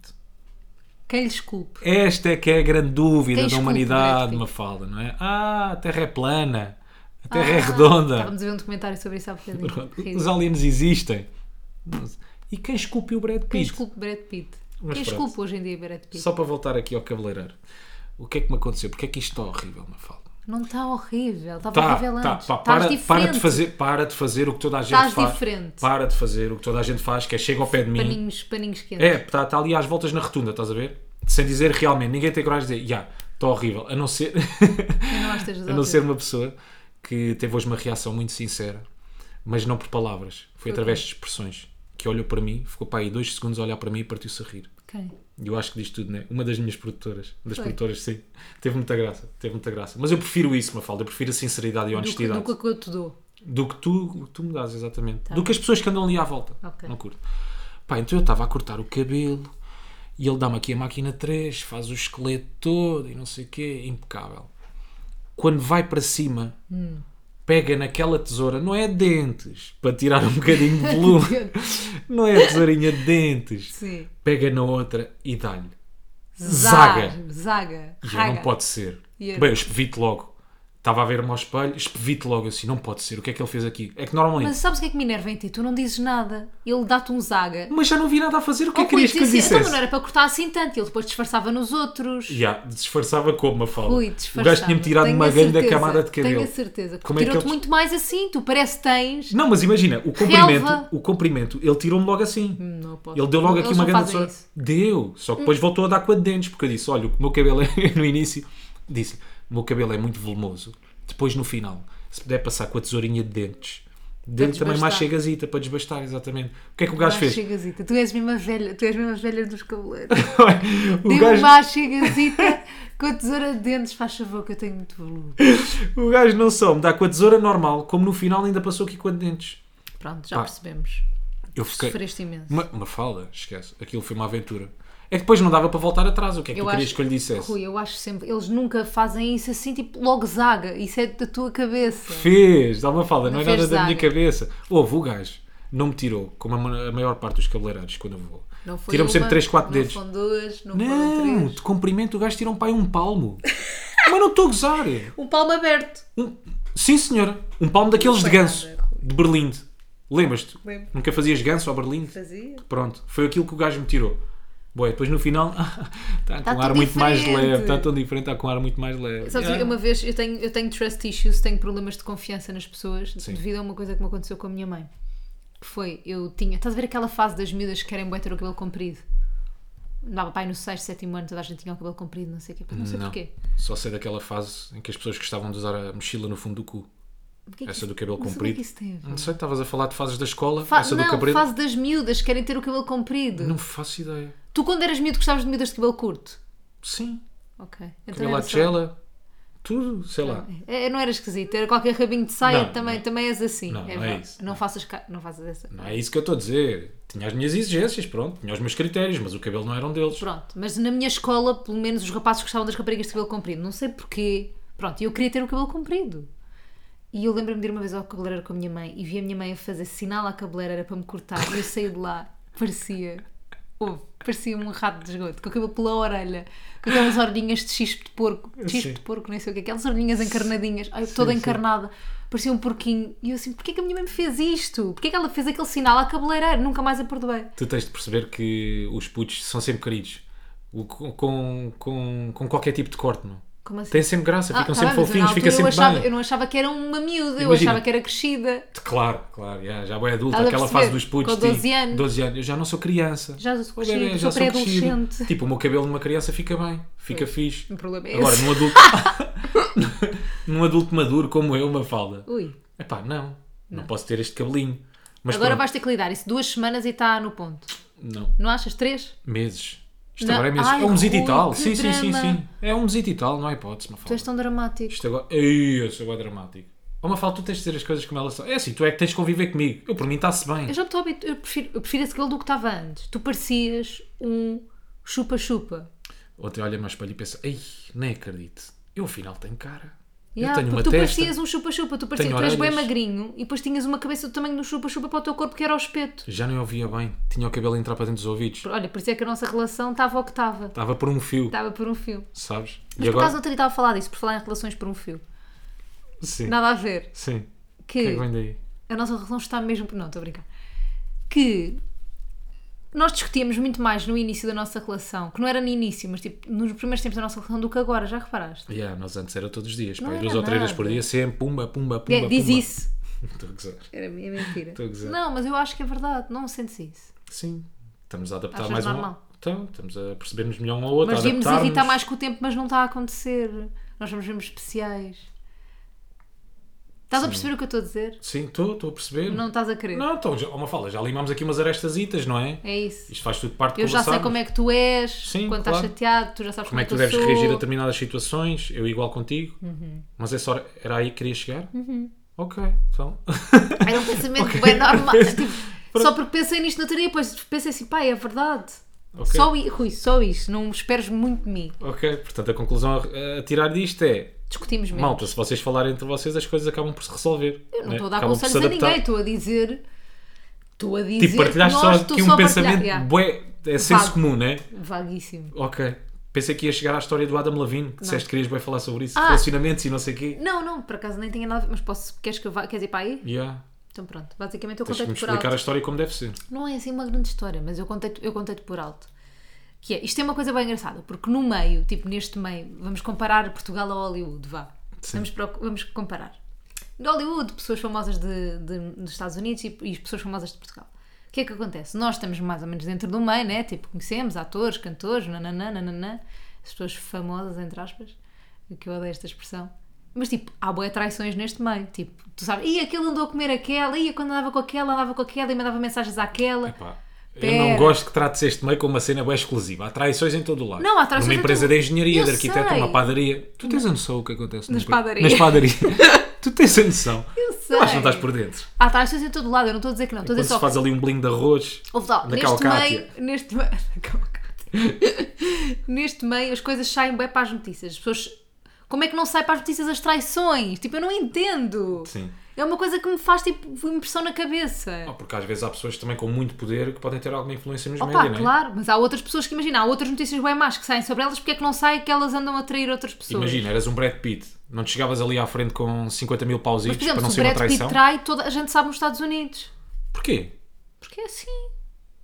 [SPEAKER 1] Quem lhe esculpe?
[SPEAKER 2] Esta é que é a grande dúvida
[SPEAKER 1] Quem
[SPEAKER 2] da
[SPEAKER 1] esculpe Brad
[SPEAKER 2] humanidade,
[SPEAKER 1] Pitt?
[SPEAKER 2] uma fala, não é? Ah, a Terra é plana, a Terra é redonda,
[SPEAKER 1] Estávamos a ver um documentário sobre isso há bocadinho.
[SPEAKER 2] Pronto,
[SPEAKER 1] Ridículo.
[SPEAKER 2] os aliens existem. E quem esculpiu Brad Pitt?
[SPEAKER 1] Quem esculpe Brad Pitt?
[SPEAKER 2] Mas
[SPEAKER 1] Quem
[SPEAKER 2] pronto.
[SPEAKER 1] esculpe hoje em dia Brad Pitt?
[SPEAKER 2] Só para voltar aqui ao cabeleireiro. O que é que me aconteceu? Porque é que isto está horrível, Mafalda?
[SPEAKER 1] Não está horrível. Estava
[SPEAKER 2] Tá,
[SPEAKER 1] horrível
[SPEAKER 2] tá,
[SPEAKER 1] antes.
[SPEAKER 2] pá,
[SPEAKER 1] Estás
[SPEAKER 2] para,
[SPEAKER 1] diferente.
[SPEAKER 2] para de fazer, para de fazer o que toda a gente
[SPEAKER 1] Estás
[SPEAKER 2] faz.
[SPEAKER 1] diferente.
[SPEAKER 2] Para de fazer o que toda a gente faz, que é chega ao pé de mim.
[SPEAKER 1] Paninhos, paninhos quentes.
[SPEAKER 2] É, está tá ali às voltas na rotunda, estás a ver? Sem dizer realmente, ninguém tem coragem de dizer, já, está horrível. A não ser. [laughs]
[SPEAKER 1] Eu não acho que estejas
[SPEAKER 2] a não ser uma pessoa que teve hoje uma reação muito sincera, mas não por palavras, foi através de expressões. Que olhou para mim, ficou para aí dois segundos a olhar para mim e partiu-se a rir.
[SPEAKER 1] Quem?
[SPEAKER 2] E eu acho que diz tudo, né? Uma das minhas produtoras, das
[SPEAKER 1] Foi.
[SPEAKER 2] produtoras, sim, teve muita graça, teve muita graça. Mas eu prefiro isso, Mafalda, eu prefiro a sinceridade e a
[SPEAKER 1] Do que,
[SPEAKER 2] honestidade.
[SPEAKER 1] do que eu te dou.
[SPEAKER 2] Do que tu, tu me dás, exatamente. Do que as pessoas que andam ali à volta.
[SPEAKER 1] Ok.
[SPEAKER 2] Não curto. Pá, então eu estava a cortar o cabelo e ele dá-me aqui a máquina 3, faz o esqueleto todo e não sei o quê, impecável. Quando vai para cima,
[SPEAKER 1] Hum.
[SPEAKER 2] pega naquela tesoura, não é dentes, para tirar um bocadinho
[SPEAKER 1] [laughs]
[SPEAKER 2] de volume, não é a tesourinha de dentes,
[SPEAKER 1] Sim.
[SPEAKER 2] pega na outra e dá-lhe. Zaga.
[SPEAKER 1] Zaga. Zaga.
[SPEAKER 2] E eu,
[SPEAKER 1] Raga.
[SPEAKER 2] não pode ser.
[SPEAKER 1] E eu-
[SPEAKER 2] Bem, eu espevite logo. Estava a ver-me ao espelho, espevite logo assim, não pode ser. O que é que ele fez aqui? É que normalmente.
[SPEAKER 1] Mas
[SPEAKER 2] Mas,
[SPEAKER 1] sabes o que é que me enerva em ti? Tu não dizes nada. Ele dá-te um zaga.
[SPEAKER 2] já não vi nada a fazer, o Hum, que é
[SPEAKER 1] Oh,
[SPEAKER 2] que querias
[SPEAKER 1] Rui,
[SPEAKER 2] que eu
[SPEAKER 1] dizia- então, mas
[SPEAKER 2] dissesse?
[SPEAKER 1] não era para cortar assim tanto. Ele depois disfarçava nos outros.
[SPEAKER 2] Ya, disfarçava como uma fala.
[SPEAKER 1] Rui,
[SPEAKER 2] o
[SPEAKER 1] disfarçava.
[SPEAKER 2] gajo tinha-me tirado
[SPEAKER 1] Tenho
[SPEAKER 2] uma
[SPEAKER 1] a
[SPEAKER 2] grande
[SPEAKER 1] certeza,
[SPEAKER 2] camada de cabelo.
[SPEAKER 1] Tenho a certeza.
[SPEAKER 2] Como é que
[SPEAKER 1] Tirou-te
[SPEAKER 2] eles-
[SPEAKER 1] muito mais assim. Tu parece que tens...
[SPEAKER 2] Não, mas imagina, o comprimento,
[SPEAKER 1] Relva. Hum.
[SPEAKER 2] o comprimento, ele tirou-me logo assim.
[SPEAKER 1] Não posso.
[SPEAKER 2] Ele deu logo aqui
[SPEAKER 1] Eles
[SPEAKER 2] uma
[SPEAKER 1] não
[SPEAKER 2] grande
[SPEAKER 1] fazem
[SPEAKER 2] tesoura.
[SPEAKER 1] isso. Hum.
[SPEAKER 2] Deu. Só que depois voltou a dar com a de dentes, porque eu disse: olha, o meu cabelo é [laughs] no início. Disse: o meu cabelo é muito volumoso. Depois no final, se puder passar com a tesourinha de dentes, dentro também mais
[SPEAKER 1] desbastar.
[SPEAKER 2] chegazita para desbastar, exatamente. O que é que o gajo
[SPEAKER 1] Mais
[SPEAKER 2] fez? [laughs]
[SPEAKER 1] chegazita. Tu és mesmo a velha, tu és mesmo a velha dos cabeleiros.
[SPEAKER 2] o,
[SPEAKER 1] Dê-me
[SPEAKER 2] gajo,
[SPEAKER 1] mais chegazita [laughs] com a tesoura de dentes, faz favor, que eu tenho muito volume.
[SPEAKER 2] o gajo não só me dá com a tesoura normal, como no final ainda passou aqui com a de dentes.
[SPEAKER 1] Pronto, já
[SPEAKER 2] Pá,
[SPEAKER 1] percebemos.
[SPEAKER 2] Eu fiquei.
[SPEAKER 1] Sofreste imenso.
[SPEAKER 2] Uma, uma falda, esquece. Aquilo foi uma aventura. É que depois não dava para voltar atrás. O que é que
[SPEAKER 1] Eu
[SPEAKER 2] tu querias
[SPEAKER 1] acho-
[SPEAKER 2] que eu lhe dissesse?
[SPEAKER 1] Rui, eu acho sempre, eles nunca fazem isso assim, tipo, logo zaga. Isso é da tua cabeça.
[SPEAKER 2] Fez, dá uma falda, não é
[SPEAKER 1] Fez
[SPEAKER 2] nada da minha
[SPEAKER 1] zaga.
[SPEAKER 2] cabeça. Oh, Houve o gajo, não me tirou, como a ma- a maior parte dos cabeleireiros quando eu vou.
[SPEAKER 1] Não foi
[SPEAKER 2] Tiram-me sempre
[SPEAKER 1] uma,
[SPEAKER 2] 3, 4
[SPEAKER 1] não
[SPEAKER 2] dedos.
[SPEAKER 1] foram duas, não, foram
[SPEAKER 2] Não,
[SPEAKER 1] três.
[SPEAKER 2] de comprimento o gajo tirou um pai um palmo. Mas não estou a gozar.
[SPEAKER 1] Um palmo aberto.
[SPEAKER 2] Um- Sim, senhora, um palmo daqueles de
[SPEAKER 1] foi
[SPEAKER 2] ganso,
[SPEAKER 1] nada, Rui.
[SPEAKER 2] de Berlinde. Lembras-te?
[SPEAKER 1] Lembro.
[SPEAKER 2] Nunca fazias ganso ao Berlinde?
[SPEAKER 1] Fazia.
[SPEAKER 2] Pronto, foi aquilo que o gajo me tirou. Boa, depois no final [laughs] está com
[SPEAKER 1] Tá
[SPEAKER 2] um
[SPEAKER 1] tão
[SPEAKER 2] ar muito mais
[SPEAKER 1] diferente.
[SPEAKER 2] leve, está tão diferente, está com um ar muito mais leve. Ah.
[SPEAKER 1] Sabes, é
[SPEAKER 2] Yeah.
[SPEAKER 1] uma vez eu tenho, eu tenho trust issues, tenho problemas de confiança nas pessoas
[SPEAKER 2] Sim.
[SPEAKER 1] devido a uma coisa que me aconteceu com a minha mãe. Que foi, eu tinha. Estás a ver aquela fase das miúdas que querem bué ter o cabelo comprido? Dava pai no sexto, sétimo ano, toda a gente tinha o cabelo comprido, não sei o quê. Pá, Não sei
[SPEAKER 2] Não.
[SPEAKER 1] porquê.
[SPEAKER 2] Só sei daquela fase em que as pessoas gostavam de usar a mochila no fundo do cu.
[SPEAKER 1] O que é que
[SPEAKER 2] Essa
[SPEAKER 1] isso-
[SPEAKER 2] do cabelo
[SPEAKER 1] mas o que é
[SPEAKER 2] comprido.
[SPEAKER 1] que isso tem a ver?
[SPEAKER 2] Não sei, estavas a falar de fases da escola,
[SPEAKER 1] Fa-
[SPEAKER 2] essa
[SPEAKER 1] não,
[SPEAKER 2] do cabelo.
[SPEAKER 1] fase das miúdas que querem ter o cabelo comprido.
[SPEAKER 2] Não faço ideia.
[SPEAKER 1] Tu quando eras miúdo gostavas de miúdas de cabelo curto?
[SPEAKER 2] Sim,
[SPEAKER 1] Ok. Então
[SPEAKER 2] cabelo à
[SPEAKER 1] era só-
[SPEAKER 2] tigela, tudo, sei lá.
[SPEAKER 1] É, não era esquisito, era qualquer rabinho de saia,
[SPEAKER 2] Não,
[SPEAKER 1] também,
[SPEAKER 2] não.
[SPEAKER 1] também és assim.
[SPEAKER 2] Não, não é
[SPEAKER 1] verdade.
[SPEAKER 2] isso.
[SPEAKER 1] Não faças, ca- não faças essa.
[SPEAKER 2] Não é isso que eu estou a dizer. Tinha as minhas exigências, pronto, tinha os meus critérios, mas o cabelo não era um deles.
[SPEAKER 1] Pronto, mas na minha escola, pelo menos os rapazes gostavam das raparigas de cabelo comprido. Não sei porquê. Pronto, e eu queria ter o cabelo comprido. E eu lembro-me de ir uma vez ao cabeleireiro com a minha mãe e vi a minha mãe a fazer sinal à cabeleireira para me cortar. E eu saí de lá, parecia. ouve, parecia um rato de esgoto, com o cabelo pela orelha, com aquelas orelhinhas de chispo de porco, chispo
[SPEAKER 2] Sim.
[SPEAKER 1] de porco, nem sei o que, aquelas orelhinhas encarnadinhas, ai, toda encarnada, parecia um porquinho. E eu assim, porquê que a minha mãe me fez isto? Porquê que ela fez aquele sinal à cabeleireira? Nunca mais a perdoei.
[SPEAKER 2] Tu tens de perceber que os putos são sempre queridos. O- com, com, com qualquer tipo de corte, não?
[SPEAKER 1] Como assim?
[SPEAKER 2] Têm sempre graça, ficam
[SPEAKER 1] Ah, tá
[SPEAKER 2] sempre
[SPEAKER 1] bem, mas eu na
[SPEAKER 2] fofinhos, fica
[SPEAKER 1] altura eu
[SPEAKER 2] sempre
[SPEAKER 1] achava-
[SPEAKER 2] bem.
[SPEAKER 1] Eu não achava que era uma miúda, eu
[SPEAKER 2] Imagina.
[SPEAKER 1] achava que era crescida.
[SPEAKER 2] Claro, claro, já, já é adulto,
[SPEAKER 1] Estás a
[SPEAKER 2] aquela
[SPEAKER 1] perceber?
[SPEAKER 2] fase dos putos.
[SPEAKER 1] Com 12
[SPEAKER 2] tipo,
[SPEAKER 1] anos.
[SPEAKER 2] 12 anos. Eu já não sou criança.
[SPEAKER 1] Já sou
[SPEAKER 2] Olha,
[SPEAKER 1] crescida, sou
[SPEAKER 2] já sou crescido.
[SPEAKER 1] pré-adolescente.
[SPEAKER 2] Tipo, o meu cabelo numa criança fica bem, fica fixe.
[SPEAKER 1] O problema é
[SPEAKER 2] Agora,
[SPEAKER 1] esse.
[SPEAKER 2] num adulto.
[SPEAKER 1] [laughs]
[SPEAKER 2] num adulto maduro como eu, uma falda.
[SPEAKER 1] Ui.
[SPEAKER 2] Epá, não, não. posso ter este cabelinho. Mas
[SPEAKER 1] Agora
[SPEAKER 2] pronto,
[SPEAKER 1] vais ter que lidar isso duas semanas e está no ponto.
[SPEAKER 2] Não,
[SPEAKER 1] Não achas? Três?
[SPEAKER 2] meses. Isto
[SPEAKER 1] Não,
[SPEAKER 2] agora é meses.
[SPEAKER 1] ai,
[SPEAKER 2] é um mesito e
[SPEAKER 1] Rui,
[SPEAKER 2] tal.
[SPEAKER 1] que
[SPEAKER 2] Sim, sim, sim,
[SPEAKER 1] drama.
[SPEAKER 2] sim. É um mesito e tal, não há hipótese, uma
[SPEAKER 1] Tu és
[SPEAKER 2] falda.
[SPEAKER 1] tão dramático.
[SPEAKER 2] Isto agora. Ei, eu sou bem dramático. Ó, uma falda, tu tens de dizer as coisas como elas são. É assim, tu é que tens de conviver comigo. Eu, por mim, está-se bem.
[SPEAKER 1] Eu já me estou habitu- eu prefiro, eu prefiro esse cabelo do que estava antes. Tu parecias um chupa-chupa.
[SPEAKER 2] Ontem olha-me ao espelho e pensa, ei, nem acredito. Eu afinal tenho cara.
[SPEAKER 1] Yeah,
[SPEAKER 2] eu tenho uma
[SPEAKER 1] porque tu
[SPEAKER 2] testa.
[SPEAKER 1] parecias um chupa-chupa, tu, parecias,
[SPEAKER 2] Tenho
[SPEAKER 1] tu és bem
[SPEAKER 2] orelhas.
[SPEAKER 1] magrinho e depois tinhas uma cabeça do tamanho do chupa-chupa para o teu corpo que era ao espeto.
[SPEAKER 2] Já não ouvia bem. Tinha o cabelo a entrar para dentro dos ouvidos.
[SPEAKER 1] Olha, parecia que a nossa relação estava ao que estava.
[SPEAKER 2] Estava por um fio,
[SPEAKER 1] Estava por um fio.
[SPEAKER 2] sabes?
[SPEAKER 1] Mas por acaso não estava a falar disso, por falar em relações por um fio.
[SPEAKER 2] Sim.
[SPEAKER 1] Nada a ver.
[SPEAKER 2] Sim. O que é
[SPEAKER 1] Que
[SPEAKER 2] que vem daí?
[SPEAKER 1] a nossa relação está mesmo. Não, estou a brincar. Que nós discutíamos muito mais no início da nossa relação, que não era no início, mas tipo nos primeiros tempos da nossa relação do que agora, já reparaste?
[SPEAKER 2] Yeah, nós antes era todos os dias.
[SPEAKER 1] Não
[SPEAKER 2] Pá,
[SPEAKER 1] era
[SPEAKER 2] duas ou três
[SPEAKER 1] nada.
[SPEAKER 2] vezes por dia, sempre. Pumba, pumba, pumba.
[SPEAKER 1] É, diz
[SPEAKER 2] pumba.
[SPEAKER 1] isso.
[SPEAKER 2] [laughs] Estou a gozar.
[SPEAKER 1] Era é mentira.
[SPEAKER 2] Estou a gozar.
[SPEAKER 1] Não, mas eu acho que é verdade, não sentes isso.
[SPEAKER 2] Sim. Estamos a adaptar
[SPEAKER 1] Achas
[SPEAKER 2] mais um.
[SPEAKER 1] normal?
[SPEAKER 2] Então, estamos a perceber-nos melhor um ao outro.
[SPEAKER 1] Mas
[SPEAKER 2] a
[SPEAKER 1] devíamos
[SPEAKER 2] adaptar-nos.
[SPEAKER 1] irritar mais com o tempo, mas não está a acontecer. Nós somos mesmo especiais. Estás a perceber o que eu estou a dizer?
[SPEAKER 2] Sim, estou, estou a perceber.
[SPEAKER 1] Não estás a querer.
[SPEAKER 2] Não, então, já, uma fala, já limámos aqui umas arestazitas, não é?
[SPEAKER 1] É isso.
[SPEAKER 2] Isto faz tudo parte de
[SPEAKER 1] Eu já sei
[SPEAKER 2] conversarmos.
[SPEAKER 1] como é que tu és,
[SPEAKER 2] Sim,
[SPEAKER 1] quando
[SPEAKER 2] claro.
[SPEAKER 1] estás chateado, tu já sabes
[SPEAKER 2] como é que tu
[SPEAKER 1] eu
[SPEAKER 2] deves
[SPEAKER 1] sou. Uhum.
[SPEAKER 2] é reagir a determinadas situações, eu igual contigo, mas essa hora era aí que querias chegar? Ok, então. [laughs]
[SPEAKER 1] Era um pensamento
[SPEAKER 2] Ok.
[SPEAKER 1] bem
[SPEAKER 2] [laughs]
[SPEAKER 1] normal.
[SPEAKER 2] Pensa-
[SPEAKER 1] Tipo, só porque pensei nisto na teoria, depois pensei assim, pá, é verdade.
[SPEAKER 2] Ok.
[SPEAKER 1] Só, i- Rui, só isto, não esperes muito de mim.
[SPEAKER 2] ok, portanto a conclusão a, a tirar disto é:
[SPEAKER 1] Discutimos mesmo.
[SPEAKER 2] malta, se vocês falarem entre vocês, as coisas acabam por se resolver.
[SPEAKER 1] Eu não
[SPEAKER 2] né?
[SPEAKER 1] estou a dar
[SPEAKER 2] Acabam por
[SPEAKER 1] conselhos
[SPEAKER 2] se
[SPEAKER 1] a
[SPEAKER 2] adaptar.
[SPEAKER 1] ninguém, estou a dizer. Estou a dizer.
[SPEAKER 2] Tipo, partilhaste
[SPEAKER 1] que
[SPEAKER 2] só
[SPEAKER 1] nós, estou
[SPEAKER 2] aqui um
[SPEAKER 1] só a
[SPEAKER 2] pensamento
[SPEAKER 1] partilhar-
[SPEAKER 2] bué, é senso
[SPEAKER 1] Vago.
[SPEAKER 2] comum, né?
[SPEAKER 1] Yeah, vaguíssimo.
[SPEAKER 2] Ok. Pensei que ia chegar à história do Adam Levine, que disseste que querias bem falar sobre isso,
[SPEAKER 1] Ah.
[SPEAKER 2] relacionamentos e não sei o quê.
[SPEAKER 1] Não, não, por acaso nem tinha nada a ver, mas posso. Queres que eu vá? Queres ir para aí?
[SPEAKER 2] Yeah.
[SPEAKER 1] Então pronto, basicamente eu
[SPEAKER 2] Tens que me
[SPEAKER 1] contei-te por alto.
[SPEAKER 2] explicar a história como deve ser.
[SPEAKER 1] Não é assim uma grande história, mas eu contei-te eu contei por alto. Que é, isto é uma coisa bem engraçada, porque no meio, tipo neste meio, vamos comparar Portugal a Hollywood, vá.
[SPEAKER 2] Sim.
[SPEAKER 1] Vamos, proc- vamos comparar. De Hollywood, pessoas famosas de, de- dos Estados Unidos e, e as pessoas famosas de Portugal. O que é que acontece? Nós estamos mais ou menos dentro do meio, né? Tipo, conhecemos atores, cantores, nananã, nananã. As pessoas famosas, entre aspas, que eu odeio esta expressão. Mas, tipo, há boas traições neste meio. Tipo, tu sabes, e aquele andou a comer aquela, e quando andava com aquela, andava com aquela, e mandava mensagens àquela.
[SPEAKER 2] Pá, eu
[SPEAKER 1] Pera.
[SPEAKER 2] não gosto que trates este meio como uma cena bem exclusiva. Há traições em todo o lado.
[SPEAKER 1] Não, há traições
[SPEAKER 2] Numa
[SPEAKER 1] em
[SPEAKER 2] empresa
[SPEAKER 1] todo-
[SPEAKER 2] de engenharia,
[SPEAKER 1] Eu
[SPEAKER 2] de arquiteto,
[SPEAKER 1] sei.
[SPEAKER 2] numa padaria. Tu tens a noção do que acontece
[SPEAKER 1] Nas
[SPEAKER 2] numa-
[SPEAKER 1] padarias.
[SPEAKER 2] Nas padarias. [laughs] tu tens a noção.
[SPEAKER 1] Eu sei.
[SPEAKER 2] Eu acho que não estás por dentro.
[SPEAKER 1] Há traições em todo lado, eu não estou a dizer que não. Estou a
[SPEAKER 2] Quando
[SPEAKER 1] dizer
[SPEAKER 2] se
[SPEAKER 1] só.
[SPEAKER 2] faz ali um bolinho de arroz,
[SPEAKER 1] Ouve lá,
[SPEAKER 2] na
[SPEAKER 1] neste
[SPEAKER 2] Calcátia.
[SPEAKER 1] meio, neste meio, [laughs] na Calcátia. neste meio as coisas saem bem para as notícias. As pessoas. Como é que não sai para as notícias as traições? Tipo, eu não entendo.
[SPEAKER 2] Sim.
[SPEAKER 1] É uma coisa que me faz tipo impressão na cabeça.
[SPEAKER 2] Ah, porque às vezes há pessoas também com muito poder que podem ter alguma influência nos
[SPEAKER 1] Opa,
[SPEAKER 2] médias, não é?
[SPEAKER 1] claro, mas há outras pessoas que imagina, há outras notícias bem más que saem sobre elas, porque é que não sai que elas andam a trair outras pessoas?
[SPEAKER 2] Imagina, eras um Brad Pitt, não te chegavas ali à frente com 50 mil
[SPEAKER 1] Mas,
[SPEAKER 2] pausitos
[SPEAKER 1] por
[SPEAKER 2] para
[SPEAKER 1] exemplo,
[SPEAKER 2] não
[SPEAKER 1] se
[SPEAKER 2] ser
[SPEAKER 1] o
[SPEAKER 2] uma
[SPEAKER 1] Brad Pitt
[SPEAKER 2] traição.
[SPEAKER 1] trai, toda a gente sabe nos Estados Unidos.
[SPEAKER 2] Porquê?
[SPEAKER 1] Porque é assim.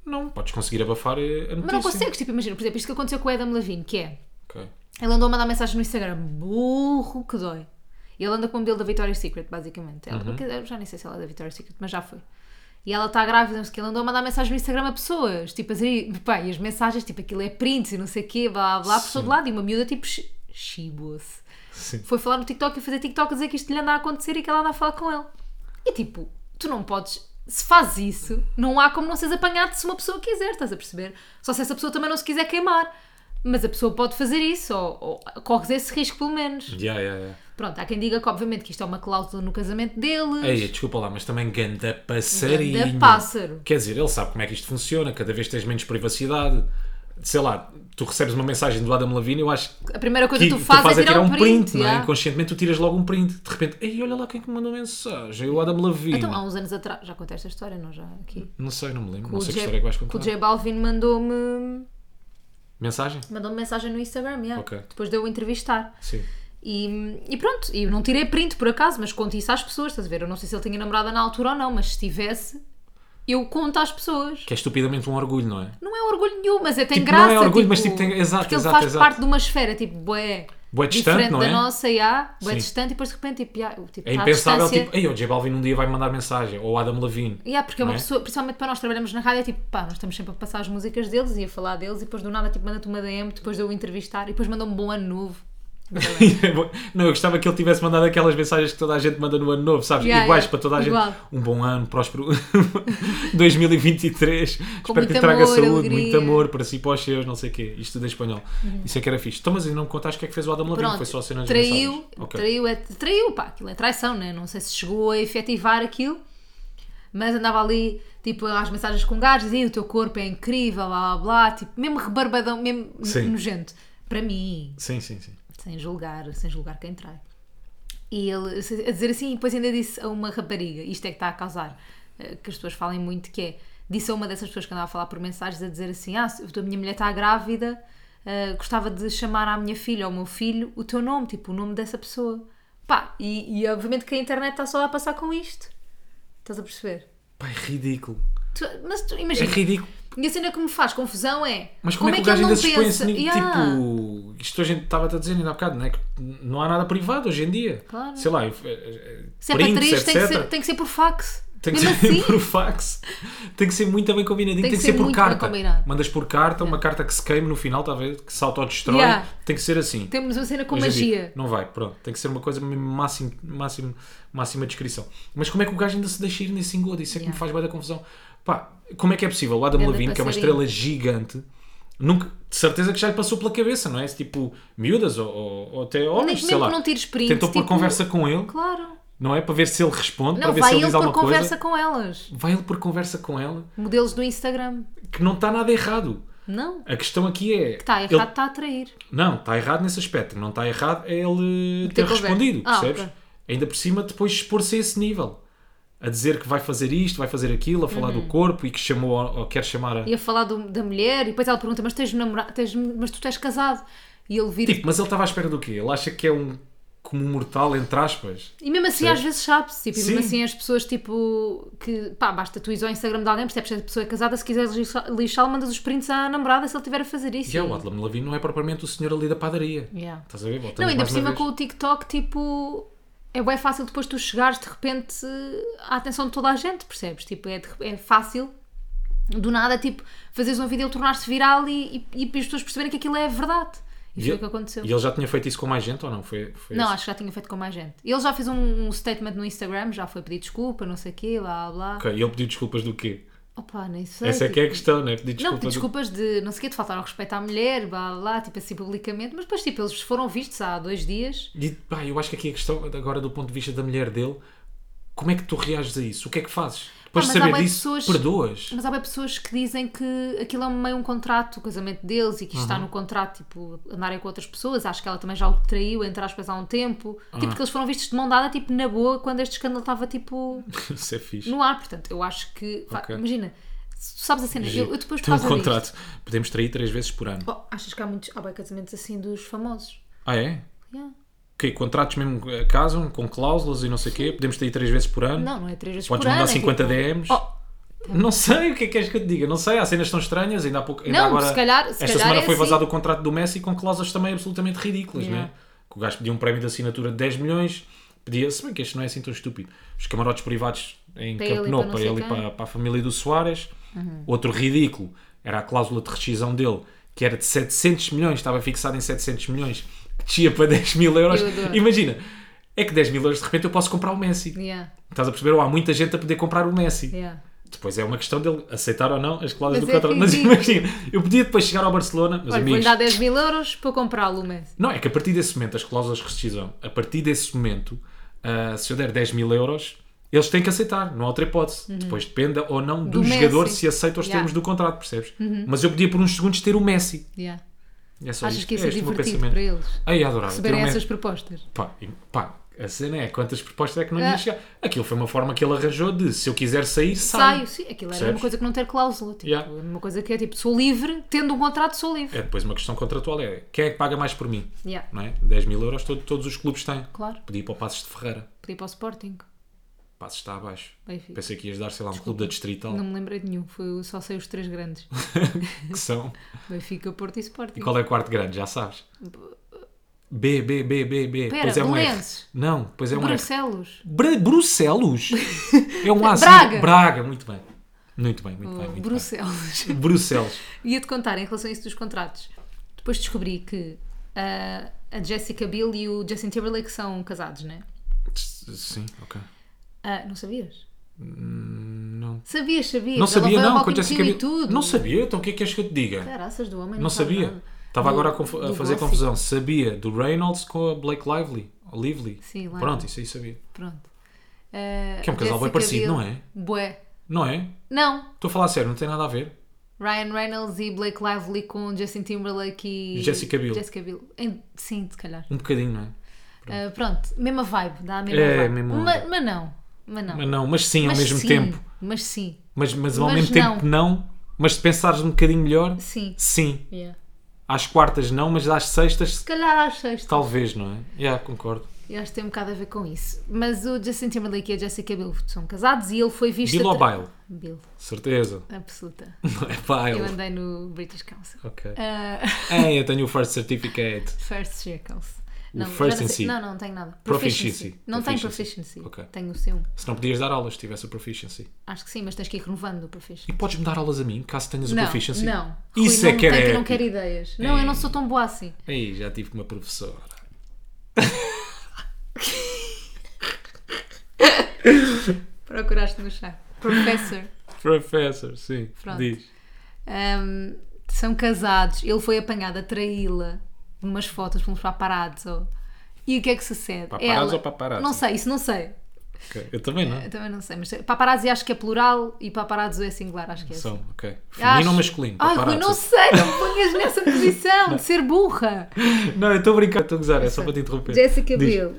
[SPEAKER 2] Não. Podes conseguir abafar eh, a notícia.
[SPEAKER 1] Mas não consegues, tipo, imagina, por exemplo, isto que aconteceu com o Adam Levine, que é
[SPEAKER 2] Ok.
[SPEAKER 1] Ele andou a mandar mensagem no Instagram, burro que dói. E ele anda com o modelo da Victoria's Secret, basicamente. Ela, porque eu já nem sei se ela é da Victoria's Secret, mas já foi. E ela está grávida, não sei o que. Ele andou a mandar mensagem no Instagram a pessoas, tipo, a dizer, pá, e as mensagens, tipo, aquilo é prints e não sei o quê, blá blá, blá, a pessoa de lado. E uma miúda, tipo, chi- chibou-se.
[SPEAKER 2] Sim.
[SPEAKER 1] Foi falar no TikTok e fazer TikTok a dizer que isto lhe anda a acontecer e que ela anda a falar com ele. E tipo, tu não podes. Se fazes isso, não há como não seres apanhado se uma pessoa quiser, estás a perceber? Só se essa pessoa também não se quiser queimar. Mas a pessoa pode fazer isso, ou, ou corres esse risco pelo menos.
[SPEAKER 2] Yeah, yeah, yeah.
[SPEAKER 1] Pronto, há quem diga que obviamente que isto é uma cláusula no casamento deles.
[SPEAKER 2] Ei, desculpa lá, mas também ganda passarinho.
[SPEAKER 1] Ganda pássaro.
[SPEAKER 2] Quer dizer, ele sabe como é que isto funciona, cada vez tens menos privacidade. Sei lá, tu recebes uma mensagem do Adam Levine, eu acho
[SPEAKER 1] A primeira coisa
[SPEAKER 2] que
[SPEAKER 1] que tu fazes é tirar um print,
[SPEAKER 2] não é?
[SPEAKER 1] já.
[SPEAKER 2] Inconscientemente tu tiras logo um print. De repente, ei, olha lá quem é que me mandou mensagem, o Adam Levine.
[SPEAKER 1] Então, há uns anos atrás, já contei esta história, não já? Aqui.
[SPEAKER 2] Não sei, não me lembro,
[SPEAKER 1] O
[SPEAKER 2] não sei
[SPEAKER 1] J-
[SPEAKER 2] que história é que vais
[SPEAKER 1] que
[SPEAKER 2] contar.
[SPEAKER 1] o J Balvin mandou-me
[SPEAKER 2] Mensagem?
[SPEAKER 1] mandou -me mensagem no Instagram, já.
[SPEAKER 2] Ok.
[SPEAKER 1] depois de eu o entrevistar.
[SPEAKER 2] Sim.
[SPEAKER 1] E, e pronto, eu não tirei print por acaso, mas conto isso às pessoas, estás a ver? Eu não sei se ele tinha namorada na altura ou não, mas se tivesse, eu conto às pessoas.
[SPEAKER 2] Que é estupidamente um orgulho, não é?
[SPEAKER 1] Não é orgulho nenhum, mas é tem
[SPEAKER 2] Tipo, não
[SPEAKER 1] graça.
[SPEAKER 2] é orgulho, mas, tipo, tem- exato,
[SPEAKER 1] porque
[SPEAKER 2] exato,
[SPEAKER 1] ele faz
[SPEAKER 2] exato.
[SPEAKER 1] parte de uma esfera, tipo, bué,
[SPEAKER 2] Bué distante,
[SPEAKER 1] diferente
[SPEAKER 2] não
[SPEAKER 1] da
[SPEAKER 2] é?
[SPEAKER 1] nossa, e há, bué
[SPEAKER 2] Sim.
[SPEAKER 1] distante, e depois de repente, tipo, já, eu, tipo
[SPEAKER 2] É
[SPEAKER 1] tá à
[SPEAKER 2] impensável,
[SPEAKER 1] distância.
[SPEAKER 2] tipo, ei, o J Balvin um dia vai mandar mensagem, ou o Adam Levine.
[SPEAKER 1] E há, porque é uma
[SPEAKER 2] não é?
[SPEAKER 1] pessoa, principalmente para nós que trabalhamos na rádio, é tipo, pá, nós estamos sempre a passar as músicas deles e a falar deles, e depois do nada, tipo, manda-te uma DM, depois de eu o entrevistar, e depois manda-me um bom ano novo.
[SPEAKER 2] não, eu gostava que ele tivesse mandado aquelas mensagens que toda a gente manda no ano novo, sabes?
[SPEAKER 1] Yeah,
[SPEAKER 2] Iguais
[SPEAKER 1] yeah.
[SPEAKER 2] para toda a gente.
[SPEAKER 1] Igual.
[SPEAKER 2] Um bom ano, próspero [laughs] 2023. Espero que lhe
[SPEAKER 1] muito
[SPEAKER 2] traga
[SPEAKER 1] amor,
[SPEAKER 2] saúde, muito
[SPEAKER 1] alegria. Uhum.
[SPEAKER 2] amor para si, para os seus, não sei o quê. Isto tudo em espanhol. Isso é que era fixe. Então, mas ainda não me contaste o que é que fez o Adam Levine,
[SPEAKER 1] Pronto,
[SPEAKER 2] foi só cenas de
[SPEAKER 1] traiu,
[SPEAKER 2] mensagens. Ok.
[SPEAKER 1] traiu, é, traiu, pá, aquilo é traição, né? Não sei se chegou a efetivar aquilo, mas andava ali, tipo, às mensagens com gajos, e o teu corpo é incrível, blá blá blá, tipo, mesmo rebarbadão, mesmo
[SPEAKER 2] Sim.
[SPEAKER 1] nojento. Para mim,
[SPEAKER 2] Sim, sim, sim.
[SPEAKER 1] sem julgar, sem julgar quem trai. E ele a dizer assim, e depois ainda disse a uma rapariga, isto é que está a causar eh, que as pessoas falem muito, que é, disse a uma dessas pessoas que andava a falar por mensagens a dizer assim, ah, se- a minha mulher está grávida, eh, gostava de chamar à minha filha ou ao meu filho o teu nome, tipo, o nome dessa pessoa. Pá, e, e obviamente que a internet está só a passar com isto. Estás a perceber?
[SPEAKER 2] Pai, ridículo.
[SPEAKER 1] Tu- mas tu
[SPEAKER 2] É
[SPEAKER 1] imagina,
[SPEAKER 2] ridículo.
[SPEAKER 1] e a cena que me faz confusão é,
[SPEAKER 2] Mas como, é que o gajo
[SPEAKER 1] ele não
[SPEAKER 2] ainda se expõe
[SPEAKER 1] pensa?
[SPEAKER 2] assim?
[SPEAKER 1] Yeah.
[SPEAKER 2] Tipo, isto a gente estava a dizer ainda há bocado, não é? Que não há nada privado hoje em dia.
[SPEAKER 1] Claro.
[SPEAKER 2] Sei lá, eh,
[SPEAKER 1] Se é para
[SPEAKER 2] prints,
[SPEAKER 1] três, tem que,
[SPEAKER 2] etc.
[SPEAKER 1] ser, tem que ser por fax.
[SPEAKER 2] Tem que
[SPEAKER 1] Mesmo
[SPEAKER 2] ser [laughs]
[SPEAKER 1] assim,
[SPEAKER 2] por fax, tem que ser muito bem combinadinho, tem, que ser, por
[SPEAKER 1] muito bem
[SPEAKER 2] carta.
[SPEAKER 1] combinado.
[SPEAKER 2] Mandas por carta, uma carta que se queime no final, talvez, que se autodestrói.
[SPEAKER 1] Yeah.
[SPEAKER 2] Tem que ser assim.
[SPEAKER 1] temos uma cena com
[SPEAKER 2] Hoje em dia,
[SPEAKER 1] magia.
[SPEAKER 2] Não vai, pronto. Tem que ser uma coisa mesmo máximo, máximo, máxima descrição. Mas como é que o gajo ainda se deixa ir nesse engodo? Isso é que me
[SPEAKER 1] Yeah.
[SPEAKER 2] faz bem da confusão. Pá, como é que é possível? O Adam
[SPEAKER 1] Ganda
[SPEAKER 2] Levine, que é uma
[SPEAKER 1] passarinho.
[SPEAKER 2] estrela gigante, nunca, de certeza que já lhe passou pela cabeça, não é? Esse tipo, miúdas ou, ou- ou até homens,
[SPEAKER 1] mesmo
[SPEAKER 2] sei lá.
[SPEAKER 1] que não tires prints,
[SPEAKER 2] Tentou pôr
[SPEAKER 1] tipo,
[SPEAKER 2] conversa com ele.
[SPEAKER 1] Claro.
[SPEAKER 2] Não é? Para ver se ele responde, para
[SPEAKER 1] Não,
[SPEAKER 2] ver se
[SPEAKER 1] vai
[SPEAKER 2] ele
[SPEAKER 1] ele
[SPEAKER 2] diz
[SPEAKER 1] por
[SPEAKER 2] alguma
[SPEAKER 1] conversa
[SPEAKER 2] coisa.
[SPEAKER 1] com elas.
[SPEAKER 2] Vai ele por conversa com ela,
[SPEAKER 1] Modelos do Instagram.
[SPEAKER 2] que não está nada errado.
[SPEAKER 1] Não.
[SPEAKER 2] A questão aqui é.
[SPEAKER 1] Está
[SPEAKER 2] ele-
[SPEAKER 1] errado, está a trair.
[SPEAKER 2] Não, está errado nesse aspecto. Não está errado é ele
[SPEAKER 1] Ter
[SPEAKER 2] ter,
[SPEAKER 1] conversa.
[SPEAKER 2] respondido,
[SPEAKER 1] Ah,
[SPEAKER 2] percebes?
[SPEAKER 1] ok.
[SPEAKER 2] Ainda por cima, depois expor-se a esse nível. A dizer que vai fazer isto, vai fazer aquilo, a falar
[SPEAKER 1] Uhum.
[SPEAKER 2] do corpo e que chamou ou quer chamar a.
[SPEAKER 1] Ia falar do- da mulher e depois ela pergunta: Mas tens namorado? Tens, mas tu estás casado? E ele vira.
[SPEAKER 2] Tipo, mas ele estava à espera do quê? Ele acha que é um como um mortal, entre aspas.
[SPEAKER 1] e mesmo assim, às vezes, sabe-se. Tipo, e mesmo
[SPEAKER 2] Sim.
[SPEAKER 1] assim, as pessoas, tipo, que pá, basta tu ires ao Instagram de alguém, percebes se a pessoa é casada. Se quiseres lixa- lixá-lo, mandas os prints à namorada se ele estiver a fazer isso.
[SPEAKER 2] E é, o Adlam Lavin não é propriamente o senhor ali da padaria.
[SPEAKER 1] Yeah.
[SPEAKER 2] Estás a ver? Voltamos
[SPEAKER 1] Não, ainda
[SPEAKER 2] Então, mais
[SPEAKER 1] por
[SPEAKER 2] uma
[SPEAKER 1] cima
[SPEAKER 2] vez.
[SPEAKER 1] com o TikTok, tipo, é bem fácil depois tu chegares de repente à atenção de toda a gente, percebes? Tipo, é, de- é fácil do nada, tipo, fazeres um vídeo, tornar-se viral e, e, e as pessoas perceberem que aquilo é verdade. E foi o que aconteceu.
[SPEAKER 2] E ele já tinha feito isso com mais gente ou não? Foi, foi
[SPEAKER 1] Não,
[SPEAKER 2] esse?
[SPEAKER 1] acho que já tinha feito com mais gente. Ele já fez um, um statement no Instagram, já foi pedir desculpa, não sei o quê, blá blá.
[SPEAKER 2] Ok, E ele pediu desculpas do quê?
[SPEAKER 1] Opa, nem sei.
[SPEAKER 2] Essa é que é a
[SPEAKER 1] tipo,
[SPEAKER 2] questão, né? Pedir
[SPEAKER 1] Não,
[SPEAKER 2] desculpas.
[SPEAKER 1] pedir
[SPEAKER 2] do-
[SPEAKER 1] desculpas de não sei o quê, de faltar ao respeito à mulher, blá blá, tipo assim publicamente, mas depois tipo, eles foram vistos há dois dias.
[SPEAKER 2] E pá, eu acho que aqui a questão, agora do ponto de vista da mulher dele, como é que tu reages a isso? O que é que fazes? Depois
[SPEAKER 1] Ah, mas
[SPEAKER 2] de
[SPEAKER 1] há
[SPEAKER 2] saber
[SPEAKER 1] bué de
[SPEAKER 2] disso,
[SPEAKER 1] pessoas-
[SPEAKER 2] perdoas?
[SPEAKER 1] Mas há bem pessoas que dizem que aquilo é meio um contrato, o casamento deles, e que isto
[SPEAKER 2] Uhum.
[SPEAKER 1] está no contrato, tipo, andarem com outras pessoas. Acho que ela também já o traiu, entre aspas, há um tempo.
[SPEAKER 2] Uhum.
[SPEAKER 1] Tipo, que eles foram vistos de mão dada, tipo, na boa, quando este escândalo estava, tipo,
[SPEAKER 2] [laughs] Isso é fixe.
[SPEAKER 1] no ar. Portanto, eu acho que. pá,
[SPEAKER 2] Ok.
[SPEAKER 1] Imagina, se tu sabes a cena, eu, eu depois
[SPEAKER 2] Tem um
[SPEAKER 1] passo a ver isto.
[SPEAKER 2] contrato. Podemos trair três vezes por ano.
[SPEAKER 1] Oh, achas que há muitos. Há bem casamentos assim dos famosos?
[SPEAKER 2] Ah, é?
[SPEAKER 1] Yeah.
[SPEAKER 2] Que contratos mesmo eh, casam com cláusulas e não sei o quê? Podemos trair três vezes por ano?
[SPEAKER 1] Não, não é três vezes
[SPEAKER 2] Podes
[SPEAKER 1] por ano.
[SPEAKER 2] mandar
[SPEAKER 1] é
[SPEAKER 2] 50
[SPEAKER 1] tipo-
[SPEAKER 2] DMs?
[SPEAKER 1] Oh,
[SPEAKER 2] Não sei o que é que queres que eu te diga. Não sei, há cenas tão estranhas. Ainda há pouco. Ainda
[SPEAKER 1] Não,
[SPEAKER 2] agora,
[SPEAKER 1] se calhar- se
[SPEAKER 2] esta
[SPEAKER 1] calhar
[SPEAKER 2] semana
[SPEAKER 1] é
[SPEAKER 2] foi
[SPEAKER 1] assim.
[SPEAKER 2] vazado o contrato do Messi com cláusulas também absolutamente ridículas,
[SPEAKER 1] Yeah.
[SPEAKER 2] né? Que o gajo pediu um prémio de assinatura de 10 milhões. Pedia, se bem que este não é assim tão estúpido. Os camarotes privados em
[SPEAKER 1] Para
[SPEAKER 2] Camp
[SPEAKER 1] ele e
[SPEAKER 2] Nou,
[SPEAKER 1] para não
[SPEAKER 2] para
[SPEAKER 1] sei
[SPEAKER 2] ele e
[SPEAKER 1] quem. Uhum.
[SPEAKER 2] para, para a família do Soares. Outro ridículo era a cláusula de rescisão dele, que era de 700 milhões, estava fixada em 700 milhões, que descia para 10 mil euros.
[SPEAKER 1] Eu adoro.
[SPEAKER 2] Imagina, é que 10 mil euros de repente eu posso comprar o Messi.
[SPEAKER 1] yeah,
[SPEAKER 2] Estás a perceber? Ou há muita gente a poder comprar o Messi.
[SPEAKER 1] yeah.
[SPEAKER 2] Depois é uma questão dele aceitar ou não as
[SPEAKER 1] Mas
[SPEAKER 2] cláusulas do
[SPEAKER 1] é
[SPEAKER 2] contrato. Mas
[SPEAKER 1] ridículo.
[SPEAKER 2] imagina, eu podia depois chegar ao Barcelona, meus
[SPEAKER 1] Olha, vou-lhe
[SPEAKER 2] amigos.
[SPEAKER 1] dar 10 mil euros para comprá-lo, mas.
[SPEAKER 2] Não, é que a partir desse momento, as cláusulas de rescisão, a partir desse momento, ah, se eu der 10 mil euros, eles têm que aceitar, não há outra hipótese. Depois depende ou não do,
[SPEAKER 1] Uhum. Do
[SPEAKER 2] jogador
[SPEAKER 1] Messi.
[SPEAKER 2] se aceita os
[SPEAKER 1] Yeah.
[SPEAKER 2] termos do contrato, percebes? Mas eu podia por uns segundos ter o Messi.
[SPEAKER 1] Yeah.
[SPEAKER 2] É só
[SPEAKER 1] Achas
[SPEAKER 2] isto.
[SPEAKER 1] que isso é,
[SPEAKER 2] este o meu
[SPEAKER 1] divertido
[SPEAKER 2] pensamento. Ah,
[SPEAKER 1] para eles?
[SPEAKER 2] Ai, adorava. ter o
[SPEAKER 1] receberem
[SPEAKER 2] Messi.
[SPEAKER 1] essas propostas.
[SPEAKER 2] Pá, e- pá, a cena é quantas propostas é que não
[SPEAKER 1] Ah.
[SPEAKER 2] ia chegar. Aquilo foi uma forma que ele arranjou de se eu quiser sair, saio.
[SPEAKER 1] Saio, sim, aquilo era
[SPEAKER 2] Percebes?
[SPEAKER 1] uma coisa que não ter cláusula. Tipo,
[SPEAKER 2] Yeah.
[SPEAKER 1] Uma coisa que é tipo, sou livre, tendo um contrato, sou livre.
[SPEAKER 2] É depois uma questão contratual, é quem é que paga mais por mim?
[SPEAKER 1] Yeah.
[SPEAKER 2] Não é? 10 mil euros todo- todos os clubes têm.
[SPEAKER 1] Claro,
[SPEAKER 2] Pedi para o Passos de Ferreira.
[SPEAKER 1] pedi para o Sporting.
[SPEAKER 2] Passos está abaixo.
[SPEAKER 1] Benfica.
[SPEAKER 2] Pensei que ias dar, sei lá, um clube da Distrital,
[SPEAKER 1] Não me lembrei de nenhum, foi, só sei os três grandes:
[SPEAKER 2] [laughs] que são.
[SPEAKER 1] Benfica, Porto e
[SPEAKER 2] E
[SPEAKER 1] Sporting.
[SPEAKER 2] qual é o quarto grande, já sabes? B, B, B, B, B.
[SPEAKER 1] Pera,
[SPEAKER 2] Pois é um R.
[SPEAKER 1] Belenenses.
[SPEAKER 2] Não, pois é um R.
[SPEAKER 1] Barcelos.
[SPEAKER 2] Bra- Bruxelos?
[SPEAKER 1] [laughs]
[SPEAKER 2] É um A. sim.
[SPEAKER 1] Braga.
[SPEAKER 2] Braga, muito bem. Muito bem, muito bem. Muito
[SPEAKER 1] Bruxelas. [laughs]
[SPEAKER 2] bem. Bruxelas.
[SPEAKER 1] Ia-te contar em relação a isso dos contratos. Depois descobri que ah, a Jessica Biel e o Justin Timberlake são casados, né?
[SPEAKER 2] Sim, ok.
[SPEAKER 1] Ah, não sabias?
[SPEAKER 2] Hum, Não.
[SPEAKER 1] Sabias, sabias.
[SPEAKER 2] Não sabia,
[SPEAKER 1] Ela
[SPEAKER 2] não.
[SPEAKER 1] foi
[SPEAKER 2] Com
[SPEAKER 1] ao
[SPEAKER 2] Jessica
[SPEAKER 1] Balcão
[SPEAKER 2] Biel.
[SPEAKER 1] e tudo.
[SPEAKER 2] Não sabia, então o que é que és que eu te diga?
[SPEAKER 1] Caraças do homem.
[SPEAKER 2] Não
[SPEAKER 1] sabe
[SPEAKER 2] sabia.
[SPEAKER 1] nada.
[SPEAKER 2] Estava
[SPEAKER 1] Do-
[SPEAKER 2] agora a, confu- a
[SPEAKER 1] do
[SPEAKER 2] fazer
[SPEAKER 1] gossip.
[SPEAKER 2] confusão. Sabia do Reynolds com a Blake Lively. ou Lively.
[SPEAKER 1] Sim, Lively.
[SPEAKER 2] Pronto, isso aí sabia.
[SPEAKER 1] Pronto. Eh,
[SPEAKER 2] Que é um casal bem
[SPEAKER 1] Jessica
[SPEAKER 2] parecido,
[SPEAKER 1] Biel.
[SPEAKER 2] não é?
[SPEAKER 1] Bué.
[SPEAKER 2] Não é?
[SPEAKER 1] Não.
[SPEAKER 2] Estou a falar a sério, não tem nada a ver.
[SPEAKER 1] Ryan Reynolds e Blake Lively com Justin Timberlake e...
[SPEAKER 2] Jessica Biel.
[SPEAKER 1] Jessica Biel. Em- Sim, se calhar.
[SPEAKER 2] Um bocadinho, não é?
[SPEAKER 1] Eh, pronto. Mesma vibe. Dá a mesma
[SPEAKER 2] É,
[SPEAKER 1] vibe.
[SPEAKER 2] mesma
[SPEAKER 1] Ma-
[SPEAKER 2] onda.
[SPEAKER 1] Mas não. Mas não.
[SPEAKER 2] Mas não, mas sim
[SPEAKER 1] Mas
[SPEAKER 2] ao mesmo
[SPEAKER 1] sim,
[SPEAKER 2] tempo.
[SPEAKER 1] Mas sim.
[SPEAKER 2] Mas, mas ao
[SPEAKER 1] Mas
[SPEAKER 2] mesmo
[SPEAKER 1] não.
[SPEAKER 2] tempo não. Mas se pensares um bocadinho melhor,
[SPEAKER 1] Sim.
[SPEAKER 2] sim.
[SPEAKER 1] Yeah.
[SPEAKER 2] Às quartas não, mas às sextas
[SPEAKER 1] Se calhar às sexta.
[SPEAKER 2] talvez, não é? Já, concordo.
[SPEAKER 1] Eu acho que tem um bocado a ver com isso. Mas o Justin Timberlake e a Jessica Biel são casados e ele foi visto...
[SPEAKER 2] Bill ou
[SPEAKER 1] atra-
[SPEAKER 2] baile?
[SPEAKER 1] Bill.
[SPEAKER 2] Certeza. [laughs]
[SPEAKER 1] Absoluta.
[SPEAKER 2] Não é
[SPEAKER 1] Eu
[SPEAKER 2] baile.
[SPEAKER 1] andei no British Council.
[SPEAKER 2] Ok.
[SPEAKER 1] Ah, [laughs]
[SPEAKER 2] Ei, eu tenho o first certificate.
[SPEAKER 1] first Circles.
[SPEAKER 2] O
[SPEAKER 1] já
[SPEAKER 2] first
[SPEAKER 1] não sei-
[SPEAKER 2] in C.
[SPEAKER 1] Não, não tenho nada.
[SPEAKER 2] Proficiency.
[SPEAKER 1] Não tenho
[SPEAKER 2] Proficiency.
[SPEAKER 1] proficiency.
[SPEAKER 2] Ok.
[SPEAKER 1] Tenho o seu.
[SPEAKER 2] Se não podias dar aulas, se tivesse o proficiency.
[SPEAKER 1] Acho que sim, mas tens que ir renovando o proficiency.
[SPEAKER 2] E podes-me dar aulas a mim, caso tenhas o
[SPEAKER 1] Não,
[SPEAKER 2] proficiency?
[SPEAKER 1] não.
[SPEAKER 2] Isso
[SPEAKER 1] Rui,
[SPEAKER 2] é que era
[SPEAKER 1] não, tem- não
[SPEAKER 2] épico.
[SPEAKER 1] quero ideias. Não, eu não sou tão boa assim.
[SPEAKER 2] Aí, já tive com uma professora.
[SPEAKER 1] Procuraste no chat.
[SPEAKER 2] [laughs]
[SPEAKER 1] Professor.
[SPEAKER 2] Professor, sim.
[SPEAKER 1] Pronto.
[SPEAKER 2] Diz.
[SPEAKER 1] Ahm, são casados. Ele foi apanhado a traí-la numas fotos pelos paparazzo. E o que é que sucede?
[SPEAKER 2] Paparazzo
[SPEAKER 1] Ela-
[SPEAKER 2] ou paparazzi?
[SPEAKER 1] Não sei, isso não sei.
[SPEAKER 2] Ok. Eu também não. é?
[SPEAKER 1] Eu também não sei, mas paparazzi acho que é plural e paparazzo é singular, acho que é.
[SPEAKER 2] São, ok.
[SPEAKER 1] assim.
[SPEAKER 2] Feminino ou
[SPEAKER 1] Acho-
[SPEAKER 2] masculino? Tá
[SPEAKER 1] Ai, Rui,
[SPEAKER 2] Paparazzo.
[SPEAKER 1] não sei, não me ponhas nessa posição de ser burra.
[SPEAKER 2] [laughs] Não, eu estou a brincar, estou a gozar, é só para te interromper.
[SPEAKER 1] Jessica
[SPEAKER 2] Diz.
[SPEAKER 1] Biel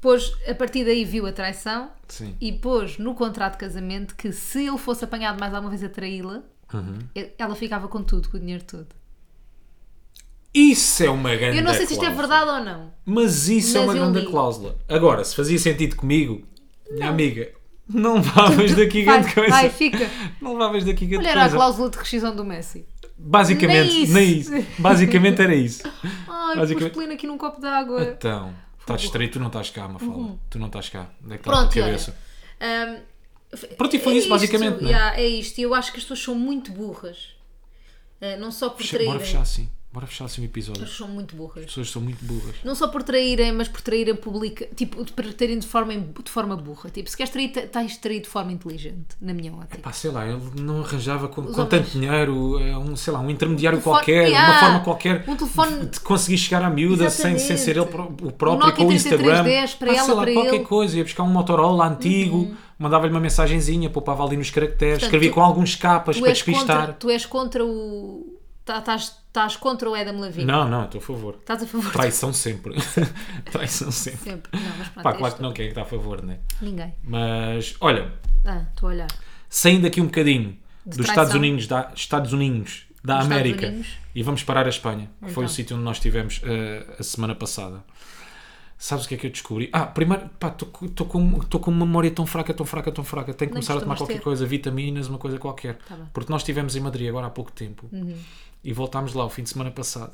[SPEAKER 1] pôs, a partir daí viu a traição
[SPEAKER 2] Sim.
[SPEAKER 1] e pôs no contrato de casamento que se ele fosse apanhado mais alguma vez a traí-la,
[SPEAKER 2] Uhum.
[SPEAKER 1] ele- ela ficava com tudo, com o dinheiro todo.
[SPEAKER 2] Isso é uma grande
[SPEAKER 1] Eu não sei se isto é
[SPEAKER 2] cláusula.
[SPEAKER 1] verdade ou não.
[SPEAKER 2] Mas isso é
[SPEAKER 1] Mas
[SPEAKER 2] uma
[SPEAKER 1] eu
[SPEAKER 2] grande
[SPEAKER 1] li.
[SPEAKER 2] cláusula. Agora, se fazia sentido comigo, minha amiga,
[SPEAKER 1] [laughs]
[SPEAKER 2] não levavas daqui grande
[SPEAKER 1] vai,
[SPEAKER 2] coisa. é.
[SPEAKER 1] vai, fica.
[SPEAKER 2] Não levavas daqui grande
[SPEAKER 1] Olha, era a
[SPEAKER 2] coisa.
[SPEAKER 1] cláusula de rescisão do Messi.
[SPEAKER 2] Basicamente,
[SPEAKER 1] Nem isso.
[SPEAKER 2] nem isso. Basicamente era isso.
[SPEAKER 1] Ai, pus
[SPEAKER 2] Basicamente-
[SPEAKER 1] pleno aqui num copo de água.
[SPEAKER 2] Então, estás estranho, tu não estás cá, Mafalda. Tu não estás cá. Onde é que está a
[SPEAKER 1] Uhum. Pronto,
[SPEAKER 2] tua
[SPEAKER 1] e olha.
[SPEAKER 2] cabeça?
[SPEAKER 1] Ahm,
[SPEAKER 2] Pronto, e foi
[SPEAKER 1] é
[SPEAKER 2] isso, basicamente,
[SPEAKER 1] Isto,
[SPEAKER 2] não é?
[SPEAKER 1] yeah, é isto. E eu acho que as pessoas são muito burras. Ah, não só por
[SPEAKER 2] Fecha-
[SPEAKER 1] traírem.
[SPEAKER 2] Bora fechar assim. Bora fechar assim o episódio.
[SPEAKER 1] As
[SPEAKER 2] As
[SPEAKER 1] pessoas são muito burras.
[SPEAKER 2] pessoas são muito burras.
[SPEAKER 1] Não só por traírem, mas por traírem publica. Tipo, de- por traírem de forma, de forma burra. Tipo, se queres trair, te- tens de trair de forma inteligente, na minha ótica.
[SPEAKER 2] Pá, sei lá, ele não arranjava com, com
[SPEAKER 1] homens.
[SPEAKER 2] tanto dinheiro, é um, sei lá, um intermediário
[SPEAKER 1] Telefone-
[SPEAKER 2] qualquer,
[SPEAKER 1] Yeah.
[SPEAKER 2] uma forma qualquer
[SPEAKER 1] Um telefone-
[SPEAKER 2] de conseguir chegar à miúda sem, sem
[SPEAKER 1] Exatamente.
[SPEAKER 2] ser ele pró- o
[SPEAKER 1] Um
[SPEAKER 2] próprio
[SPEAKER 1] Nokia
[SPEAKER 2] com o Instagram.
[SPEAKER 1] 3310 para ela,
[SPEAKER 2] sei lá,
[SPEAKER 1] para
[SPEAKER 2] qualquer
[SPEAKER 1] ele. Uhum.
[SPEAKER 2] coisa, ia buscar um Motorola antigo, mandava-lhe uma mensagenzinha, poupava ali nos caracteres,
[SPEAKER 1] Portanto,
[SPEAKER 2] escrevia
[SPEAKER 1] tu-
[SPEAKER 2] com alguns capas
[SPEAKER 1] Tu
[SPEAKER 2] para
[SPEAKER 1] és, contra,
[SPEAKER 2] despistar.
[SPEAKER 1] tu és contra o. Estás contra o Adam Levine.
[SPEAKER 2] Não, não, estou a favor.
[SPEAKER 1] Estás a favor de
[SPEAKER 2] Traição sempre. [laughs] Traição sempre.
[SPEAKER 1] sempre. Não, mas pronto,
[SPEAKER 2] Pá,
[SPEAKER 1] és
[SPEAKER 2] claro que
[SPEAKER 1] tu.
[SPEAKER 2] não, quem é que está a favor, né?
[SPEAKER 1] Ninguém.
[SPEAKER 2] Mas, olha,
[SPEAKER 1] Ah, estou a olhar.
[SPEAKER 2] saindo aqui um bocadinho
[SPEAKER 1] De
[SPEAKER 2] dos
[SPEAKER 1] traição.
[SPEAKER 2] Estados Unidos da, Estados Unidos da
[SPEAKER 1] Dos
[SPEAKER 2] América
[SPEAKER 1] Estados Unidos.
[SPEAKER 2] e vamos parar a Espanha, que foi o
[SPEAKER 1] Então.
[SPEAKER 2] sítio onde nós estivemos eh, a semana passada. Sabes o que é que eu descobri? Ah, primeiro, pá, estou com, tô com uma memória tão fraca, tão fraca, tão fraca. Tenho
[SPEAKER 1] Nem
[SPEAKER 2] que começar a tomar
[SPEAKER 1] costumas
[SPEAKER 2] qualquer
[SPEAKER 1] ter. Tá
[SPEAKER 2] coisa, vitaminas, uma coisa qualquer.
[SPEAKER 1] bem. Uhum.
[SPEAKER 2] Porque nós estivemos em Madrid agora há pouco tempo e voltámos lá o fim de semana passado.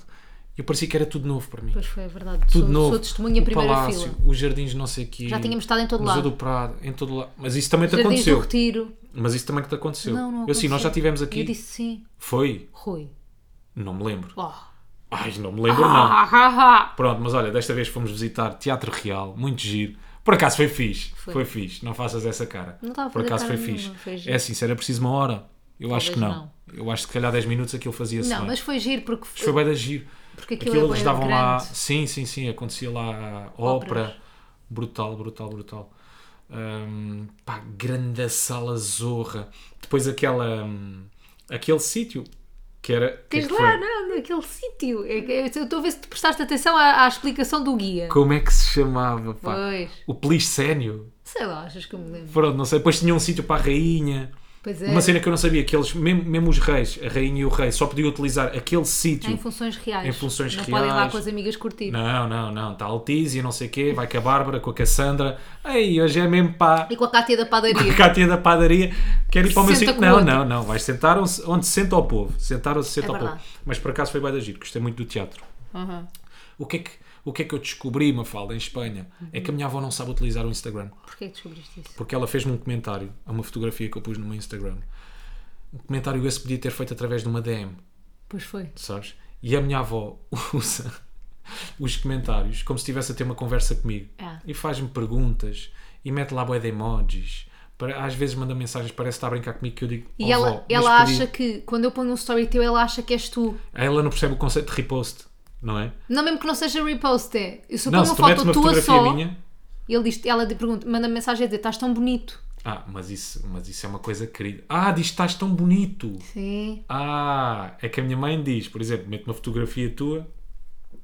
[SPEAKER 2] Eu parecia que era tudo novo para mim.
[SPEAKER 1] Pois foi, é verdade.
[SPEAKER 2] Tudo
[SPEAKER 1] sou,
[SPEAKER 2] novo.
[SPEAKER 1] sou testemunha
[SPEAKER 2] o
[SPEAKER 1] primeira
[SPEAKER 2] palácio,
[SPEAKER 1] fila.
[SPEAKER 2] os jardins, não sei o quê.
[SPEAKER 1] Já tínhamos estado em todo
[SPEAKER 2] Museu
[SPEAKER 1] lado.
[SPEAKER 2] do Prado, em todo lado. Mas isso também te
[SPEAKER 1] Jardins do
[SPEAKER 2] aconteceu.
[SPEAKER 1] Retiro.
[SPEAKER 2] Mas isso também que te aconteceu.
[SPEAKER 1] Não, não
[SPEAKER 2] eu sim, nós já
[SPEAKER 1] aconteceu.
[SPEAKER 2] estivemos aqui.
[SPEAKER 1] Eu disse sim.
[SPEAKER 2] Foi?
[SPEAKER 1] Rui.
[SPEAKER 2] Não me lembro.
[SPEAKER 1] Oh.
[SPEAKER 2] Ai, não me lembro não.
[SPEAKER 1] Ah, ah, ah.
[SPEAKER 2] Pronto, mas olha, desta vez fomos visitar Teatro Real, muito giro. Por acaso foi fixe. Foi,
[SPEAKER 1] Foi.
[SPEAKER 2] fixe, não faças essa cara.
[SPEAKER 1] Não estava a
[SPEAKER 2] Por
[SPEAKER 1] fazer
[SPEAKER 2] acaso
[SPEAKER 1] cara
[SPEAKER 2] foi
[SPEAKER 1] nenhuma, foi
[SPEAKER 2] fixe.
[SPEAKER 1] giro.
[SPEAKER 2] é assim, se era preciso uma hora, eu acho que não.
[SPEAKER 1] Talvez
[SPEAKER 2] Eu acho que se calhar 10 minutos aquilo fazia-se
[SPEAKER 1] Não,
[SPEAKER 2] bem.
[SPEAKER 1] mas
[SPEAKER 2] Mas
[SPEAKER 1] foi giro porque,
[SPEAKER 2] foi bem da giro.
[SPEAKER 1] porque aquilo,
[SPEAKER 2] Aquilo
[SPEAKER 1] é
[SPEAKER 2] eles
[SPEAKER 1] bué
[SPEAKER 2] davam lá.
[SPEAKER 1] grande.
[SPEAKER 2] Sim, sim, sim, acontecia lá ópera.
[SPEAKER 1] Óperas.
[SPEAKER 2] Brutal, brutal, brutal. Hum, pá, grande sala zorra. Depois aquela. hum, aquele sítio que era. que é
[SPEAKER 1] Tens
[SPEAKER 2] que
[SPEAKER 1] lá,
[SPEAKER 2] foi?
[SPEAKER 1] não, naquele sítio. É que- Eu estou a ver se tu prestaste atenção à, à explicação do guia.
[SPEAKER 2] Como é que se chamava? Pá?
[SPEAKER 1] Pois.
[SPEAKER 2] O Plissénio?
[SPEAKER 1] Sei lá, achas que eu me lembro.
[SPEAKER 2] Pronto, não sei. Depois tinha um sítio para a rainha.
[SPEAKER 1] Pois é.
[SPEAKER 2] Uma cena que eu não sabia, que eles, mesmo, mesmo os reis, a rainha e o rei, só podiam utilizar aquele
[SPEAKER 1] É em
[SPEAKER 2] sítio.
[SPEAKER 1] funções reais.
[SPEAKER 2] Em funções
[SPEAKER 1] não podem lá
[SPEAKER 2] reais.
[SPEAKER 1] com as amigas curtir.
[SPEAKER 2] Não, não, não. Está a Altísia, não sei o quê. Vai com a Bárbara, com a Cassandra. Ei, hoje é mesmo pá.
[SPEAKER 1] E com a Cátia da
[SPEAKER 2] [laughs]
[SPEAKER 1] padaria.
[SPEAKER 2] Cá da padaria, quer ir para o meu
[SPEAKER 1] Senta
[SPEAKER 2] sítio.
[SPEAKER 1] com o
[SPEAKER 2] Não,
[SPEAKER 1] outro.
[SPEAKER 2] não, não. Vais sentar onde se- onde se senta o povo. Sentaram-se, senta
[SPEAKER 1] É
[SPEAKER 2] ao povo.
[SPEAKER 1] verdade.
[SPEAKER 2] Mas por acaso foi bem da giro. Gostei muito do teatro.
[SPEAKER 1] Uhum.
[SPEAKER 2] O que é que, o que, é que eu descobri, Mafalda, em Espanha? É que a minha avó não sabe utilizar o Instagram.
[SPEAKER 1] Porquê é que descobriste isso?
[SPEAKER 2] porque ela fez-me um comentário a uma fotografia que eu pus no meu Instagram. Um comentário esse podia ter feito através de uma DM,
[SPEAKER 1] Pois foi.
[SPEAKER 2] sabes? E a minha avó [laughs] usa os comentários como se estivesse a ter uma conversa comigo.
[SPEAKER 1] Ah.
[SPEAKER 2] E faz-me perguntas e mete lá boé de emojis. Para, às vezes manda mensagens, parece que está a brincar comigo que eu digo.
[SPEAKER 1] E
[SPEAKER 2] "Oh,
[SPEAKER 1] ela,
[SPEAKER 2] vó, mas
[SPEAKER 1] ela
[SPEAKER 2] podia-"
[SPEAKER 1] acha que, quando eu ponho um story teu, ela acha que és tu.
[SPEAKER 2] Ela não percebe o conceito de repost, não é?
[SPEAKER 1] Não, mesmo que não seja repost, é. Eu só
[SPEAKER 2] não,
[SPEAKER 1] ponho
[SPEAKER 2] se
[SPEAKER 1] uma
[SPEAKER 2] tu metes uma
[SPEAKER 1] foto tua
[SPEAKER 2] fotografia
[SPEAKER 1] só.
[SPEAKER 2] minha.
[SPEAKER 1] E ele diz, ela te pergunta, manda mensagem a dizer: estás tão bonito.
[SPEAKER 2] Ah, mas isso, mas isso é uma coisa querida. Ah, diz que estás tão bonito.
[SPEAKER 1] Sim.
[SPEAKER 2] Ah, é que a minha mãe diz, por exemplo, mete uma fotografia tua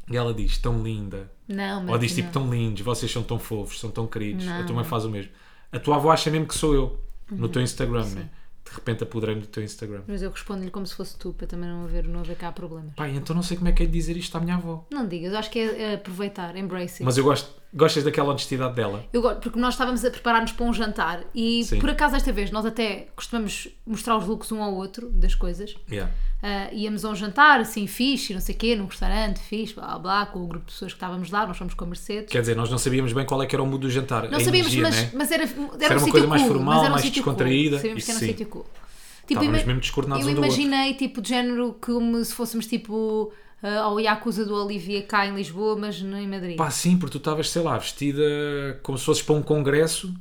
[SPEAKER 2] e ela diz tão linda.
[SPEAKER 1] Não, mas.
[SPEAKER 2] Ou diz tipo
[SPEAKER 1] não.
[SPEAKER 2] tão lindos, vocês são tão fofos, são tão queridos.
[SPEAKER 1] Não, Uhum.
[SPEAKER 2] a tua mãe faz o mesmo. A tua avó acha mesmo que sou eu no teu Instagram, né? De repente apodrei-me do teu Instagram.
[SPEAKER 1] Mas eu respondo-lhe como se fosse tu, para também não haver, não haver cá problemas.
[SPEAKER 2] Pai, então não sei como é que é de dizer isto à minha avó.
[SPEAKER 1] Não digas, eu acho que é é aproveitar, embrace it.
[SPEAKER 2] Mas eu gosto, gostas daquela honestidade dela.
[SPEAKER 1] Eu gosto, porque nós estávamos a preparar-nos para um jantar e
[SPEAKER 2] Sim.
[SPEAKER 1] por acaso esta vez nós até costumamos mostrar os looks um ao outro das coisas.
[SPEAKER 2] Yeah.
[SPEAKER 1] Ah, íamos a um jantar assim fixe, não sei o quê, num restaurante fixe, blá blá, blá, com o grupo de pessoas que estávamos lá, nós fomos com a Mercedes.
[SPEAKER 2] Quer dizer, nós não sabíamos bem qual é que era o mundo do jantar.
[SPEAKER 1] Não
[SPEAKER 2] a
[SPEAKER 1] sabíamos,
[SPEAKER 2] energia,
[SPEAKER 1] mas,
[SPEAKER 2] né?
[SPEAKER 1] mas era, era,
[SPEAKER 2] era
[SPEAKER 1] um
[SPEAKER 2] uma
[SPEAKER 1] sítio
[SPEAKER 2] coisa mais
[SPEAKER 1] cool,
[SPEAKER 2] formal,
[SPEAKER 1] mas era um
[SPEAKER 2] mais
[SPEAKER 1] sítio cool.
[SPEAKER 2] descontraída,
[SPEAKER 1] Sabíamos que
[SPEAKER 2] isso
[SPEAKER 1] era um
[SPEAKER 2] sim.
[SPEAKER 1] sítio cool. Tipo,
[SPEAKER 2] Estávamos
[SPEAKER 1] ima-
[SPEAKER 2] mesmo descoordenados
[SPEAKER 1] Eu
[SPEAKER 2] um do outro.
[SPEAKER 1] imaginei, tipo, de género, como se fôssemos, tipo, ah, ao Yakuza do Olivia cá em Lisboa, mas não em Madrid.
[SPEAKER 2] Pá, sim, porque tu estavas, sei lá, vestida como se fosses para um congresso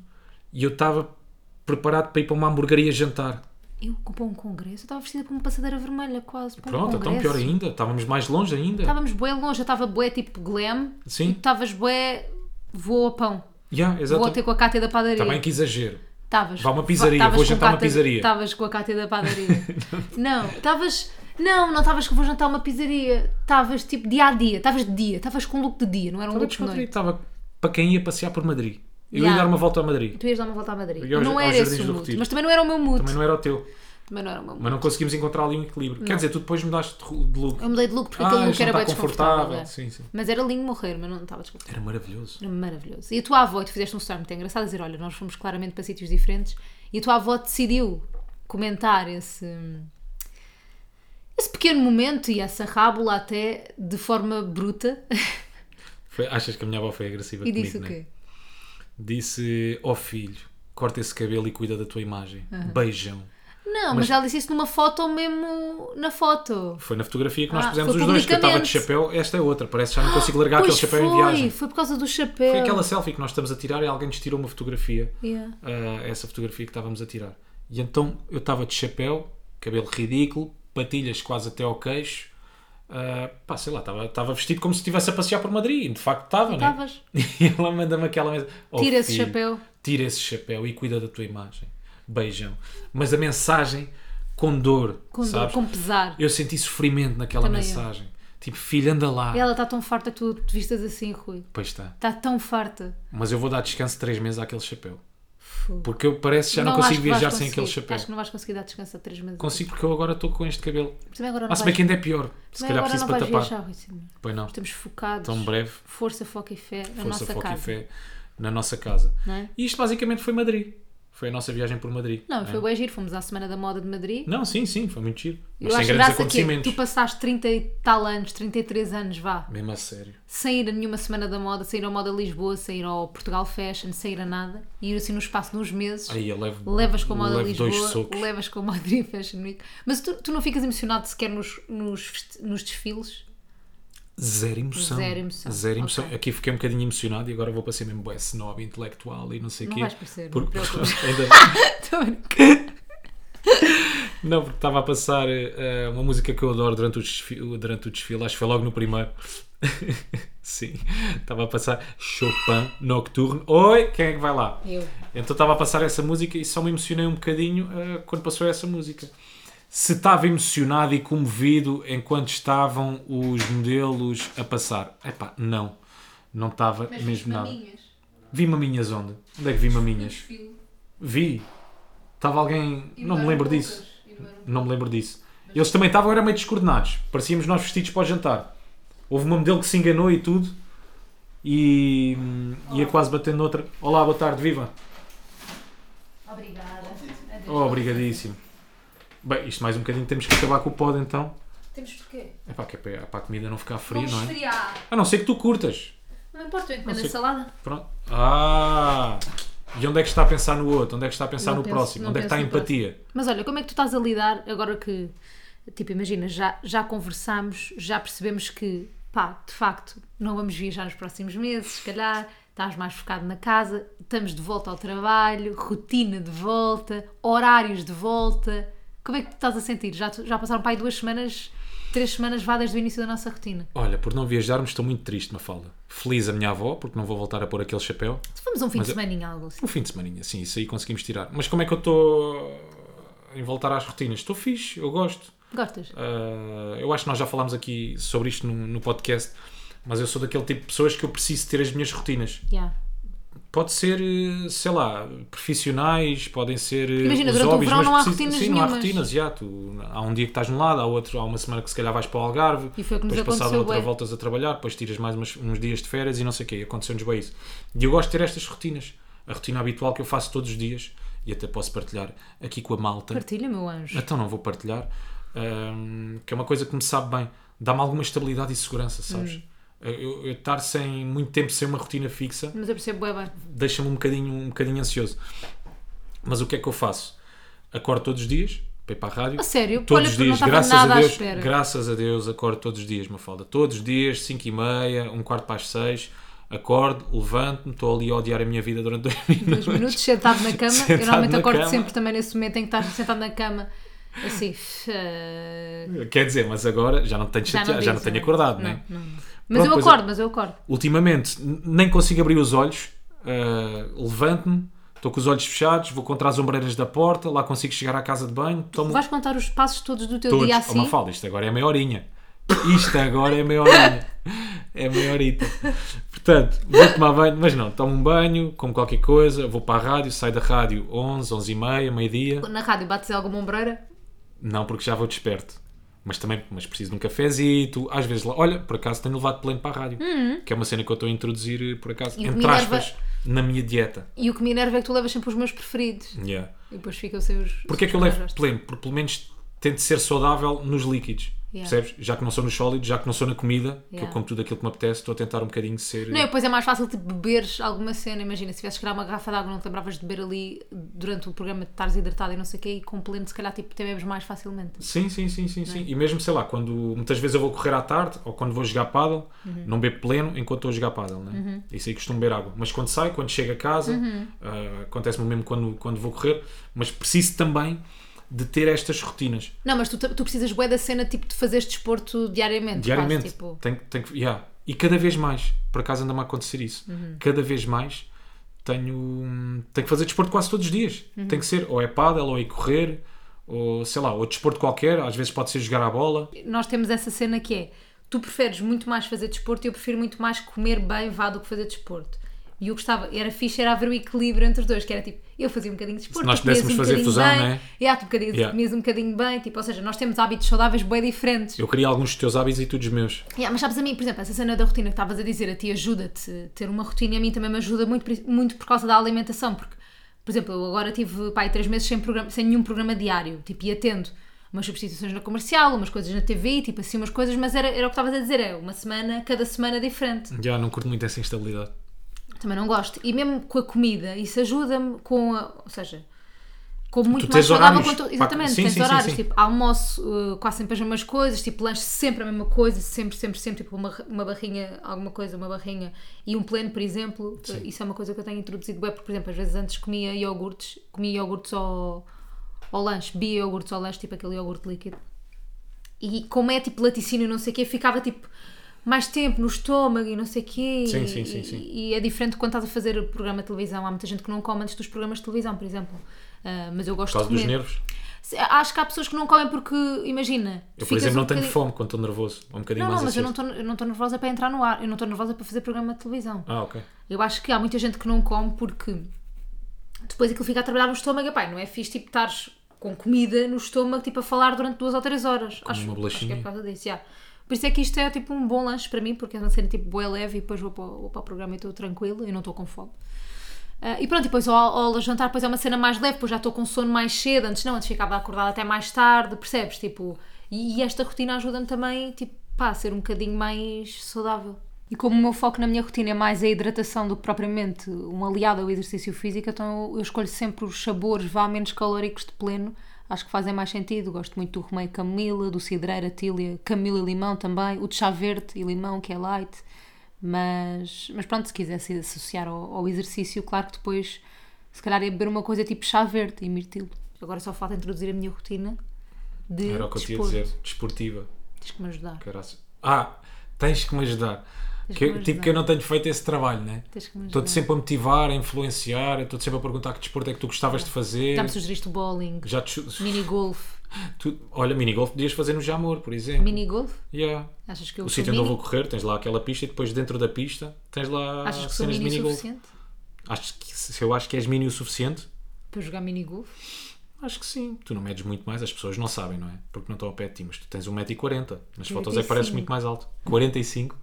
[SPEAKER 2] e eu estava preparado para ir para uma hamburgueria jantar.
[SPEAKER 1] Eu para um congresso, eu estava vestida com uma passadeira vermelha quase. Para
[SPEAKER 2] Pronto,
[SPEAKER 1] um
[SPEAKER 2] então
[SPEAKER 1] congresso.
[SPEAKER 2] pior ainda, estávamos mais longe ainda.
[SPEAKER 1] Estávamos bué longe, eu estava bué tipo glam.
[SPEAKER 2] Sim.
[SPEAKER 1] E tu estavas bué voo a pão.
[SPEAKER 2] Yeah, exato.
[SPEAKER 1] Vou ter com a Cátia da padaria.
[SPEAKER 2] Também Tá que exagero.
[SPEAKER 1] Estavas.
[SPEAKER 2] Vá a uma pizzaria, vou jantar uma pizzaria.
[SPEAKER 1] Estavas com a Cátia da
[SPEAKER 2] [laughs]
[SPEAKER 1] padaria. não, estavas. Não, não estavas que vou jantar uma pizzaria. Estavas tipo dia a dia. Estavas de dia. Estavas com um look de dia, não era um
[SPEAKER 2] Estava
[SPEAKER 1] look de
[SPEAKER 2] descontraído,
[SPEAKER 1] noite.
[SPEAKER 2] Estava para quem ia passear por Madrid. Eu
[SPEAKER 1] Yeah.
[SPEAKER 2] ia dar uma volta a Madrid.
[SPEAKER 1] Tu ias dar uma volta a Madrid.
[SPEAKER 2] E aos-
[SPEAKER 1] não
[SPEAKER 2] aos
[SPEAKER 1] era
[SPEAKER 2] Jardins
[SPEAKER 1] esse o
[SPEAKER 2] do
[SPEAKER 1] mood.
[SPEAKER 2] Retiro.
[SPEAKER 1] Mas também não era o meu mood.
[SPEAKER 2] Também não era o teu.
[SPEAKER 1] Também não era o meu mood.
[SPEAKER 2] Mas não conseguimos encontrar ali um equilíbrio. Quer dizer, tu depois mudaste de ru- de look.
[SPEAKER 1] Eu mudei de look porque
[SPEAKER 2] ah,
[SPEAKER 1] aquele
[SPEAKER 2] isto
[SPEAKER 1] look
[SPEAKER 2] não
[SPEAKER 1] era
[SPEAKER 2] está
[SPEAKER 1] bem desconfortável. é.
[SPEAKER 2] Sim, sim.
[SPEAKER 1] Mas era lindo morrer, mas não estava desconfortável.
[SPEAKER 2] Era maravilhoso.
[SPEAKER 1] Era maravilhoso. E a tua avó, e tu fizeste um story muito engraçado a dizer: olha, nós fomos claramente para sítios diferentes e a tua avó decidiu comentar esse, esse pequeno momento e essa rábula até de forma bruta. [laughs]
[SPEAKER 2] Foi- achas que a minha avó foi agressiva
[SPEAKER 1] e
[SPEAKER 2] comigo,
[SPEAKER 1] disse o
[SPEAKER 2] né?
[SPEAKER 1] quê?
[SPEAKER 2] Disse, ó filho, corta esse cabelo e cuida da tua imagem. Beijão.
[SPEAKER 1] Não, mas, ela disse isso numa foto ou mesmo na foto.
[SPEAKER 2] Foi na fotografia que nós
[SPEAKER 1] Ah,
[SPEAKER 2] pusemos
[SPEAKER 1] foi
[SPEAKER 2] os dois, que eu estava de
[SPEAKER 1] publicamente. Ah,
[SPEAKER 2] chapéu. Esta é outra, parece que já não consigo largar
[SPEAKER 1] pois
[SPEAKER 2] aquele
[SPEAKER 1] foi,
[SPEAKER 2] chapéu em viagem.
[SPEAKER 1] foi por causa do chapéu.
[SPEAKER 2] Foi aquela selfie que nós estamos a tirar e alguém nos tirou uma fotografia.
[SPEAKER 1] Yeah.
[SPEAKER 2] ah, essa fotografia que estávamos a tirar. E então eu estava de chapéu, cabelo ridículo, patilhas quase até ao queixo. ah, pá, sei lá, estava, estava vestido como se estivesse a passear por Madrid. E De facto estava, né?
[SPEAKER 1] Estavas.
[SPEAKER 2] [laughs] E ela manda-me aquela mensagem. "Oh,
[SPEAKER 1] Tira esse
[SPEAKER 2] filho,
[SPEAKER 1] chapéu."
[SPEAKER 2] Tira esse chapéu e cuida da tua imagem. Beijão. Mas a mensagem com dor,
[SPEAKER 1] Com,
[SPEAKER 2] sabes?
[SPEAKER 1] com pesar.
[SPEAKER 2] Eu senti sofrimento naquela
[SPEAKER 1] Também eu.
[SPEAKER 2] mensagem. Tipo, filho, anda lá.
[SPEAKER 1] Ela está tão farta que tu te vistas assim, Rui.
[SPEAKER 2] Pois está.
[SPEAKER 1] Está tão farta.
[SPEAKER 2] Mas eu vou dar descanso três meses àquele chapéu.
[SPEAKER 1] Fogo.
[SPEAKER 2] Porque eu parece que já não,
[SPEAKER 1] acho
[SPEAKER 2] consigo
[SPEAKER 1] que vais
[SPEAKER 2] viajar sem
[SPEAKER 1] conseguir.
[SPEAKER 2] aquele chapéu.
[SPEAKER 1] Acho que não vais conseguir dar descanso a três meses.
[SPEAKER 2] Consigo porque eu agora estou com este cabelo.
[SPEAKER 1] Mas também agora não
[SPEAKER 2] Ah, se bem
[SPEAKER 1] vais-
[SPEAKER 2] que ainda é pior. Se
[SPEAKER 1] também
[SPEAKER 2] calhar
[SPEAKER 1] agora
[SPEAKER 2] preciso
[SPEAKER 1] não
[SPEAKER 2] para
[SPEAKER 1] vais
[SPEAKER 2] tapar.
[SPEAKER 1] viajar, Rui Simão.
[SPEAKER 2] Pois não.
[SPEAKER 1] Estamos focados.
[SPEAKER 2] Tão breve.
[SPEAKER 1] Força, foco e fé na
[SPEAKER 2] Força,
[SPEAKER 1] nossa
[SPEAKER 2] foco
[SPEAKER 1] casa.
[SPEAKER 2] e fé na nossa casa.
[SPEAKER 1] Não, é?
[SPEAKER 2] E isto basicamente foi Madrid. Foi a nossa viagem por Madrid.
[SPEAKER 1] não
[SPEAKER 2] é?
[SPEAKER 1] foi bem giro. Fomos à Semana da Moda de Madrid.
[SPEAKER 2] Não, sim, sim, foi muito giro.
[SPEAKER 1] Eu
[SPEAKER 2] Mas sem
[SPEAKER 1] acho
[SPEAKER 2] grandes
[SPEAKER 1] graça que é,
[SPEAKER 2] acontecimentos.
[SPEAKER 1] tu passaste 30 e tal anos, 33 anos, vá,
[SPEAKER 2] Mesmo a sério.
[SPEAKER 1] sem ir a nenhuma Semana da Moda, sem ir ao Moda Lisboa, sem ir ao Portugal Fashion, sem ir a nada, e ir assim no espaço de uns meses.
[SPEAKER 2] Aí eu levo,
[SPEAKER 1] Levas com a moda
[SPEAKER 2] levo
[SPEAKER 1] Lisboa,
[SPEAKER 2] dois socos.
[SPEAKER 1] levas com a moda Dream Fashion Week. Mas tu, tu não ficas emocionado sequer nos, nos, feste- nos desfiles? [laughs]
[SPEAKER 2] Zero emoção.
[SPEAKER 1] Zero emoção.
[SPEAKER 2] Zero emoção.
[SPEAKER 1] Ok.
[SPEAKER 2] Aqui fiquei um bocadinho emocionado e agora vou para ser mesmo bué snob, intelectual e não sei o
[SPEAKER 1] Não
[SPEAKER 2] quê.
[SPEAKER 1] vais parecer,
[SPEAKER 2] Porque-
[SPEAKER 1] não te preocupes.
[SPEAKER 2] [laughs] Ainda-
[SPEAKER 1] Estou a brincar.
[SPEAKER 2] Não, porque estava a passar eh, uma música que eu adoro durante o, desfile, durante o desfile, acho que foi logo no primeiro. [laughs] Sim, estava a passar Chopin Nocturne. Oi, quem é que vai lá?
[SPEAKER 1] Eu.
[SPEAKER 2] Então estava a passar essa música e só me emocionei um bocadinho eh, quando passou essa música. Se estava emocionado e comovido enquanto estavam os modelos a passar. Epá, não. Não estava mesmo nada. Vi maminhas onde? Onde é que vi maminhas? Vi. Estava alguém. não me lembro disso. Não me lembro disso. Eles também estavam, era meio descoordenados. Parecíamos nós vestidos para o jantar. Houve uma modelo que se enganou e tudo. E hum, ia quase batendo noutra. Olá, boa tarde, viva.
[SPEAKER 1] Obrigada.
[SPEAKER 2] Oh, obrigadíssimo. Bem, isto mais um bocadinho temos que acabar com o pod então.
[SPEAKER 1] Temos porquê?
[SPEAKER 2] É pá, que é para para a comida não ficar fria,
[SPEAKER 1] Vamos
[SPEAKER 2] não é?
[SPEAKER 1] esfriar.
[SPEAKER 2] A não ser que tu curtas.
[SPEAKER 1] Não importa, eu encomendo
[SPEAKER 2] sei.
[SPEAKER 1] a salada.
[SPEAKER 2] Pronto. Ah! E onde é que está a pensar no outro? Onde é que está a pensar
[SPEAKER 1] Não
[SPEAKER 2] no
[SPEAKER 1] penso-
[SPEAKER 2] próximo?
[SPEAKER 1] não
[SPEAKER 2] Onde é que está a
[SPEAKER 1] penso no próximo.
[SPEAKER 2] empatia?
[SPEAKER 1] Mas olha, como é que tu estás a lidar agora que, tipo, imagina, já, já conversámos, já percebemos que, pá, de facto, não vamos viajar nos próximos meses, se calhar, estás mais focado na casa, estamos de volta ao trabalho, rotina de volta, horários de volta. Como é que tu estás a sentir? Já, já passaram para aí duas semanas, três semanas vá desde o início da nossa rotina.
[SPEAKER 2] Olha, por não viajarmos estou muito triste, Mafalda. Feliz a minha avó, porque não vou voltar a pôr aquele chapéu.
[SPEAKER 1] Se fomos um fim
[SPEAKER 2] Mas
[SPEAKER 1] de
[SPEAKER 2] eu-
[SPEAKER 1] semana em algo assim.
[SPEAKER 2] Um fim de semaninha, sim, isso aí conseguimos tirar. Mas como é que eu estou em voltar às rotinas? Estou fixe, eu gosto.
[SPEAKER 1] Gostas?
[SPEAKER 2] Ah, eu acho que nós já falámos aqui sobre isto no, no podcast, mas eu sou daquele tipo de pessoas que eu preciso ter as minhas rotinas.
[SPEAKER 1] Yeah.
[SPEAKER 2] Pode ser, eh, sei lá, profissionais, podem ser. eh,
[SPEAKER 1] Imagina,
[SPEAKER 2] os
[SPEAKER 1] durante o
[SPEAKER 2] hobbies,
[SPEAKER 1] verão
[SPEAKER 2] mas
[SPEAKER 1] não há
[SPEAKER 2] preciso-
[SPEAKER 1] rotinas
[SPEAKER 2] Sim, não há
[SPEAKER 1] nenhumas.
[SPEAKER 2] rotinas, já. Tu, há um dia que estás num lado, há outro, há uma semana que se calhar vais para o Algarve.
[SPEAKER 1] E foi o que nos
[SPEAKER 2] depois
[SPEAKER 1] aconteceu,
[SPEAKER 2] passado
[SPEAKER 1] é.
[SPEAKER 2] outra
[SPEAKER 1] bué.
[SPEAKER 2] voltas a trabalhar, depois tiras mais umas- uns dias de férias e não sei o quê. Aconteceu-nos bem isso. E eu gosto de ter estas rotinas. A rotina habitual que eu faço todos os dias e até posso partilhar aqui com a malta.
[SPEAKER 1] Partilha, meu anjo.
[SPEAKER 2] Então não vou partilhar. hum, que é uma coisa que me sabe bem. Dá-me alguma estabilidade e segurança, sabes?
[SPEAKER 1] Hum.
[SPEAKER 2] Eu, eu estar sem muito tempo sem uma rotina fixa
[SPEAKER 1] Mas eu percebo bué bem.
[SPEAKER 2] deixa-me um bocadinho, um bocadinho ansioso. Mas o que é que eu faço? Acordo todos os dias para ir para a rádio.
[SPEAKER 1] A sério?
[SPEAKER 2] Todos
[SPEAKER 1] Olha, eu
[SPEAKER 2] os
[SPEAKER 1] não
[SPEAKER 2] dias,
[SPEAKER 1] estava
[SPEAKER 2] graças
[SPEAKER 1] nada
[SPEAKER 2] a
[SPEAKER 1] à
[SPEAKER 2] Deus.
[SPEAKER 1] espera.
[SPEAKER 2] Graças a Deus, acordo todos os dias, Mafalda. Todos os dias, 5 e meia, um quarto para as 6. Acordo, levanto-me, estou ali a odiar a minha vida durante dois [laughs] minutos.
[SPEAKER 1] dois minutos sentado na cama.
[SPEAKER 2] Sentado
[SPEAKER 1] eu normalmente
[SPEAKER 2] na
[SPEAKER 1] acordo
[SPEAKER 2] cama.
[SPEAKER 1] sempre também nesse momento em que estás sentado na cama, assim. f- eh,
[SPEAKER 2] Quer dizer, mas agora já não tenho,
[SPEAKER 1] Já não
[SPEAKER 2] chateado- já não
[SPEAKER 1] diz,
[SPEAKER 2] tenho
[SPEAKER 1] não é?
[SPEAKER 2] acordado, não é?
[SPEAKER 1] Mas
[SPEAKER 2] Pronto,
[SPEAKER 1] eu
[SPEAKER 2] pois
[SPEAKER 1] acordo, mas eu acordo.
[SPEAKER 2] Ultimamente, n- nem consigo abrir os olhos ah, levanto-me, estou com os olhos fechados, vou contra as ombreiras da porta, lá consigo chegar à casa de banho, tomo
[SPEAKER 1] Vais contar os passos todos do teu
[SPEAKER 2] todos.
[SPEAKER 1] dia
[SPEAKER 2] Ó,
[SPEAKER 1] assim?
[SPEAKER 2] Mafalda, isto agora é meia horinha. Isto agora é meia horinha. É meia horita. Portanto, vou tomar banho, mas não, tomo um banho, como qualquer coisa, vou para a rádio, saio da rádio 11, 11 e meia, meio-dia.
[SPEAKER 1] Na rádio bates em alguma ombreira?
[SPEAKER 2] Não, porque já vou desperto. Mas também mas preciso de um cafezito. Às vezes, lá- olha, por acaso tenho levado pleno para a rádio. Que é uma cena que eu estou a introduzir, eh, por acaso,
[SPEAKER 1] Hum. E o que me
[SPEAKER 2] entre
[SPEAKER 1] enerva-
[SPEAKER 2] aspas, na minha dieta.
[SPEAKER 1] E o que me enerva é que tu levas sempre os meus preferidos.
[SPEAKER 2] Yeah.
[SPEAKER 1] E depois ficam sem os.
[SPEAKER 2] Porquê é que eu
[SPEAKER 1] os
[SPEAKER 2] levo
[SPEAKER 1] mais
[SPEAKER 2] pleno? Porque pelo menos tento ser saudável nos líquidos.
[SPEAKER 1] Yeah.
[SPEAKER 2] Percebes? Já que não sou nos sólidos, já que não sou na comida, que eu
[SPEAKER 1] Yeah.
[SPEAKER 2] como tudo aquilo que me apetece, estou a tentar um bocadinho ser.
[SPEAKER 1] Não, e depois é mais fácil tipo, beberes alguma cena. Imagina, se tivesses que dar uma garrafa de água, não te lembravas de beber ali durante o programa de estares hidratado e não sei o quê, e com pleno, se calhar, tipo, até bebes mais facilmente.
[SPEAKER 2] Sim, sim, sim, sim,
[SPEAKER 1] é
[SPEAKER 2] sim. E mesmo, sei lá, quando muitas vezes eu vou correr à tarde ou quando vou jogar paddle,
[SPEAKER 1] Uhum.
[SPEAKER 2] não bebo pleno enquanto estou a jogar paddle, né? Isso aí costumo beber água. Mas quando saio, quando chego a casa,
[SPEAKER 1] Uhum.
[SPEAKER 2] ah, acontece-me o mesmo quando, quando vou correr, mas preciso também de ter estas rotinas.
[SPEAKER 1] Não, mas tu, tu precisas bué da cena, tipo, de fazeres desporto diariamente.
[SPEAKER 2] Diariamente.
[SPEAKER 1] quase, tipo,
[SPEAKER 2] tenho, tenho, que- yeah. E cada vez mais, por acaso anda-me a acontecer isso,
[SPEAKER 1] Uhum.
[SPEAKER 2] cada vez mais tenho, tenho que fazer desporto quase todos os dias.
[SPEAKER 1] Uhum.
[SPEAKER 2] Tem que ser, ou é paddle, ou é correr, ou sei lá, ou desporto qualquer, às vezes pode ser jogar à bola.
[SPEAKER 1] nós temos essa cena que é tu preferes muito mais fazer desporto e eu prefiro muito mais comer bem vá do que fazer desporto. E eu gostava, era fixe, era haver o equilíbrio entre os dois, que era tipo, eu fazia um bocadinho de desporto,
[SPEAKER 2] nós
[SPEAKER 1] tu comias
[SPEAKER 2] pudéssemos
[SPEAKER 1] um
[SPEAKER 2] fazer
[SPEAKER 1] bocadinho
[SPEAKER 2] fusão,
[SPEAKER 1] bem,
[SPEAKER 2] né?
[SPEAKER 1] yeah, tu bocadinho,
[SPEAKER 2] Yeah.
[SPEAKER 1] comias um bocadinho bem, tipo, ou seja, nós temos hábitos saudáveis bem diferentes.
[SPEAKER 2] Eu queria alguns dos teus hábitos e tu dos meus.
[SPEAKER 1] Yeah, mas sabes a mim, por exemplo, essa cena da rotina que estavas a dizer, a ti ajuda-te ter uma rotina e a mim também me ajuda muito, pri- muito por causa da alimentação, porque, por exemplo, eu agora tive pai três meses sem, programa- sem nenhum programa diário, tipo, ia tendo umas substituições na comercial, umas coisas na TV, tipo assim, umas coisas, mas era, era o que estavas a dizer, é uma semana, cada semana diferente.
[SPEAKER 2] Já não curto muito essa instabilidade.
[SPEAKER 1] Também não gosto. E mesmo com a comida, isso ajuda-me com a. Ou seja, como muito
[SPEAKER 2] tens
[SPEAKER 1] mais saudável.
[SPEAKER 2] horários,
[SPEAKER 1] com to-
[SPEAKER 2] pá,
[SPEAKER 1] Exatamente,
[SPEAKER 2] sim,
[SPEAKER 1] tens
[SPEAKER 2] sim, sim,
[SPEAKER 1] horários.
[SPEAKER 2] sim.
[SPEAKER 1] Tipo, almoço uh, quase sempre as mesmas coisas, tipo, lanche sempre a mesma coisa, sempre, sempre, sempre. Tipo, uma, uma barrinha, alguma coisa, uma barrinha e um pleno, por exemplo. Uh, Isso é uma coisa que eu tenho introduzido bem, porque, por exemplo, às vezes antes comia iogurtes, comia iogurtes ao, ao lanche, bia iogurtes ao lanche, tipo aquele iogurte líquido e como é tipo laticínio e não sei o quê, ficava tipo mais tempo no estômago e não sei o quê.
[SPEAKER 2] Sim,
[SPEAKER 1] e,
[SPEAKER 2] sim, sim,
[SPEAKER 1] e-
[SPEAKER 2] sim.
[SPEAKER 1] e é diferente quando estás a fazer o programa de televisão. Há muita gente que não come antes dos programas de televisão, por exemplo. Ah, mas eu gosto
[SPEAKER 2] Por causa
[SPEAKER 1] de comer.
[SPEAKER 2] dos nervos.
[SPEAKER 1] Se- Acho que há pessoas que não comem porque, imagina.
[SPEAKER 2] Eu, por
[SPEAKER 1] ficas
[SPEAKER 2] exemplo,
[SPEAKER 1] um
[SPEAKER 2] não tenho
[SPEAKER 1] bocadinho-
[SPEAKER 2] fome quando estou nervoso. Ou um bocadinho
[SPEAKER 1] Não,
[SPEAKER 2] mais
[SPEAKER 1] não, mas eu
[SPEAKER 2] ansioso.
[SPEAKER 1] não estou- eu não estou nervosa para entrar no ar. Eu não estou nervosa para fazer programa de televisão.
[SPEAKER 2] Ah, ok.
[SPEAKER 1] Eu acho que há muita gente que não come porque depois aquilo fica a trabalhar no estômago. Epá, não é fixe tipo estares com comida no estômago tipo a falar durante duas ou três horas. acho,
[SPEAKER 2] uma
[SPEAKER 1] acho que é
[SPEAKER 2] bolachinha.
[SPEAKER 1] por causa disso, já. Por isso é que isto é tipo um bom lanche para mim, porque é uma cena tipo boa leve e depois vou para, o- vou para o programa e estou tranquilo e não estou com fome. Ah, e pronto, e depois ao, ao jantar depois é uma cena mais leve, depois já estou com sono mais cedo, antes não, antes ficava acordada até mais tarde, percebes? Tipo, e, e esta rotina ajuda-me também tipo, pá, a ser um bocadinho mais saudável. E como o meu foco na minha rotina é mais a hidratação do que propriamente um aliado ao exercício físico, então eu, eu escolho sempre os sabores vá menos calóricos de pleno, acho que fazem mais sentido. Gosto muito do remeio camila, do cidreira, tília, camila e limão também, o de chá verde e limão, que é light. Mas, mas pronto, se quisesse associar ao, ao exercício, claro que depois se calhar ia beber uma coisa tipo chá verde e mirtilo. Agora só falta introduzir a minha rotina de
[SPEAKER 2] Era o que eu tinha a
[SPEAKER 1] desporto.
[SPEAKER 2] dizer. Desportiva.
[SPEAKER 1] Tens que me ajudar.
[SPEAKER 2] Caraças. Ah, tens que me ajudar.
[SPEAKER 1] Tens
[SPEAKER 2] Que
[SPEAKER 1] que
[SPEAKER 2] eu-
[SPEAKER 1] me
[SPEAKER 2] tipo
[SPEAKER 1] ajudar.
[SPEAKER 2] que eu não tenho feito esse trabalho, né?
[SPEAKER 1] Tens que me
[SPEAKER 2] Estou-te
[SPEAKER 1] ajudar.
[SPEAKER 2] sempre a motivar, a influenciar, estou-te sempre a perguntar que desporto é que tu gostavas de fazer.
[SPEAKER 1] Já me sugeriste o bowling,
[SPEAKER 2] Já te... su-
[SPEAKER 1] mini-golf.
[SPEAKER 2] tu... Olha, minigolf podias fazer no Jamor, por exemplo.
[SPEAKER 1] Mini-golf?
[SPEAKER 2] Yeah.
[SPEAKER 1] Achas que eu
[SPEAKER 2] O
[SPEAKER 1] sou
[SPEAKER 2] sítio onde eu
[SPEAKER 1] mini?
[SPEAKER 2] vou correr, tens lá aquela pista e depois dentro da pista tens lá
[SPEAKER 1] Achas que sou
[SPEAKER 2] cenas de
[SPEAKER 1] mini o
[SPEAKER 2] minigolf.
[SPEAKER 1] suficiente
[SPEAKER 2] Acho que se eu acho que és mini o suficiente,
[SPEAKER 1] para jogar mini-golf?
[SPEAKER 2] acho que sim. Tu não medes muito mais, as pessoas não sabem, não é? Porque não estão ao pé de ti, mas tu tens 1,40m. Nas fotos é que pareces
[SPEAKER 1] 45.
[SPEAKER 2] muito mais alto. 45,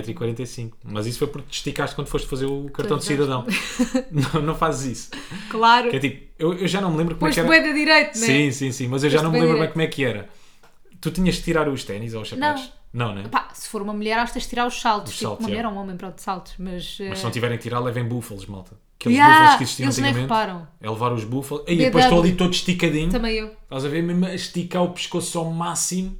[SPEAKER 2] 1,45m. Mas isso foi porque te esticaste quando foste fazer o cartão de cidadão. [laughs] não, não fazes isso.
[SPEAKER 1] Claro!
[SPEAKER 2] Que é tipo, eu, eu já não me lembro como é que
[SPEAKER 1] Pois-te
[SPEAKER 2] era.
[SPEAKER 1] bué da direito, não é?
[SPEAKER 2] Sim, sim, sim, mas eu já
[SPEAKER 1] Foste
[SPEAKER 2] não me
[SPEAKER 1] bem
[SPEAKER 2] lembro bem
[SPEAKER 1] direto.
[SPEAKER 2] como é que era. Tu tinhas de tirar os ténis ou os chapéus? Não, não né?
[SPEAKER 1] Pá, se for uma mulher, acho que tens de tirar os saltos.
[SPEAKER 2] Os
[SPEAKER 1] tipo,
[SPEAKER 2] saltos,
[SPEAKER 1] uma
[SPEAKER 2] é.
[SPEAKER 1] mulher ou um homem, pronto, saltos. Mas,
[SPEAKER 2] Mas se
[SPEAKER 1] eh,
[SPEAKER 2] não tiverem que tirar, levem búfalos, malta. Aqueles
[SPEAKER 1] Yeah,
[SPEAKER 2] búfalos que existiam
[SPEAKER 1] eles nem
[SPEAKER 2] antigamente.
[SPEAKER 1] reparam.
[SPEAKER 2] É levar os búfalos. E depois estou ali todo esticadinho.
[SPEAKER 1] também eu.
[SPEAKER 2] Estás a ver mesmo a esticar o pescoço ao máximo.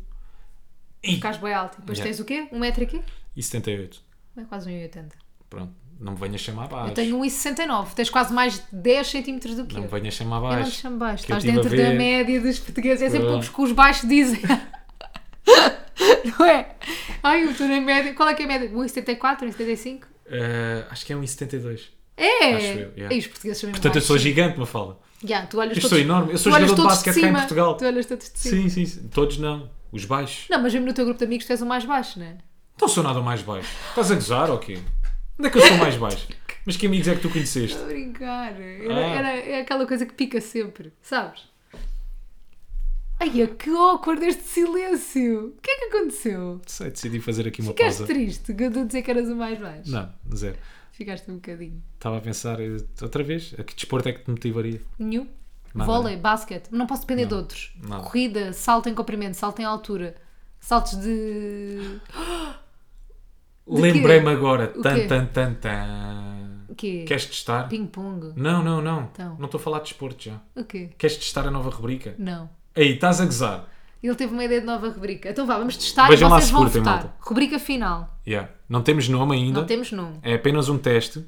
[SPEAKER 2] E,
[SPEAKER 1] Ficas bem alto. Depois
[SPEAKER 2] Yeah.
[SPEAKER 1] tens o quê? Um metro aqui?
[SPEAKER 2] e 78.
[SPEAKER 1] É quase 1,80m.
[SPEAKER 2] Pronto. Não me venhas chamar
[SPEAKER 1] Eu
[SPEAKER 2] baixo.
[SPEAKER 1] tenho 1,69. Tens quase mais de 10 centímetros do que
[SPEAKER 2] Não me
[SPEAKER 1] eu.
[SPEAKER 2] venhas chamar
[SPEAKER 1] Eu não te
[SPEAKER 2] baixo.
[SPEAKER 1] chamo baixo.
[SPEAKER 2] que eu
[SPEAKER 1] Estás
[SPEAKER 2] tive a
[SPEAKER 1] dentro da
[SPEAKER 2] ver.
[SPEAKER 1] média dos portugueses. É sempre
[SPEAKER 2] Pronto.
[SPEAKER 1] o que os baixos dizem. [laughs] não é? Um Ai, eu estou na média. Qual é que é a média? 1,74, 1,75?
[SPEAKER 2] Eh, acho que é um 72.
[SPEAKER 1] É!
[SPEAKER 2] Acho eu, yeah.
[SPEAKER 1] E os portugueses são mesmo
[SPEAKER 2] Portanto, eu sou
[SPEAKER 1] baixos.
[SPEAKER 2] gigante, me fala.
[SPEAKER 1] Yeah, tu olhas
[SPEAKER 2] Eu sou
[SPEAKER 1] todos-
[SPEAKER 2] enorme. Eu sou
[SPEAKER 1] tu olhas
[SPEAKER 2] jogador de
[SPEAKER 1] todos
[SPEAKER 2] basquete cá em
[SPEAKER 1] cima.
[SPEAKER 2] Portugal.
[SPEAKER 1] Tu olhas todos de cima.
[SPEAKER 2] Sim, sim, sim. Todos não. Os baixos.
[SPEAKER 1] Não, mas mesmo no teu grupo de amigos tu és o mais baixo, não é?
[SPEAKER 2] Não sou nada mais baixo. Estás a gozar ou quê? Onde é que eu sou mais baixo? Mas que amigos é que tu conheceste?
[SPEAKER 1] Estou a brincar. Era,
[SPEAKER 2] Ah.
[SPEAKER 1] era- é aquela coisa que pica sempre, sabes? Ai, é que awkward deste silêncio! O que é que aconteceu?
[SPEAKER 2] Sei, decidi fazer aqui uma
[SPEAKER 1] Ficaste
[SPEAKER 2] pausa.
[SPEAKER 1] triste que eu estou a dizer que eras o mais baixo.
[SPEAKER 2] Não, zero.
[SPEAKER 1] Ficaste um bocadinho.
[SPEAKER 2] Estava a pensar eh, outra vez, a que desporto é que te motivaria?
[SPEAKER 1] Nenhum.
[SPEAKER 2] Nada,
[SPEAKER 1] Vôlei, basquete. Não posso depender de outros.
[SPEAKER 2] nada.
[SPEAKER 1] Corrida, salto em comprimento, salto em altura, saltos de.
[SPEAKER 2] Lembrei-me agora.
[SPEAKER 1] O
[SPEAKER 2] Tan,
[SPEAKER 1] quê?
[SPEAKER 2] tan, tan, tan.
[SPEAKER 1] O quê?
[SPEAKER 2] Queres testar?
[SPEAKER 1] Ping-pong.
[SPEAKER 2] Não, não, não.
[SPEAKER 1] Então.
[SPEAKER 2] Não estou a falar de desporto já.
[SPEAKER 1] O quê?
[SPEAKER 2] Queres testar a nova rubrica?
[SPEAKER 1] Não.
[SPEAKER 2] Aí, estás a gozar.
[SPEAKER 1] Ele teve uma ideia de nova rubrica. Então vá, vamos testar
[SPEAKER 2] Vejam
[SPEAKER 1] e
[SPEAKER 2] lá
[SPEAKER 1] vocês
[SPEAKER 2] se
[SPEAKER 1] vão
[SPEAKER 2] curtem,
[SPEAKER 1] votar.
[SPEAKER 2] malta.
[SPEAKER 1] Rubrica final.
[SPEAKER 2] Yeah. Não temos nome ainda.
[SPEAKER 1] Não temos nome.
[SPEAKER 2] É apenas um teste.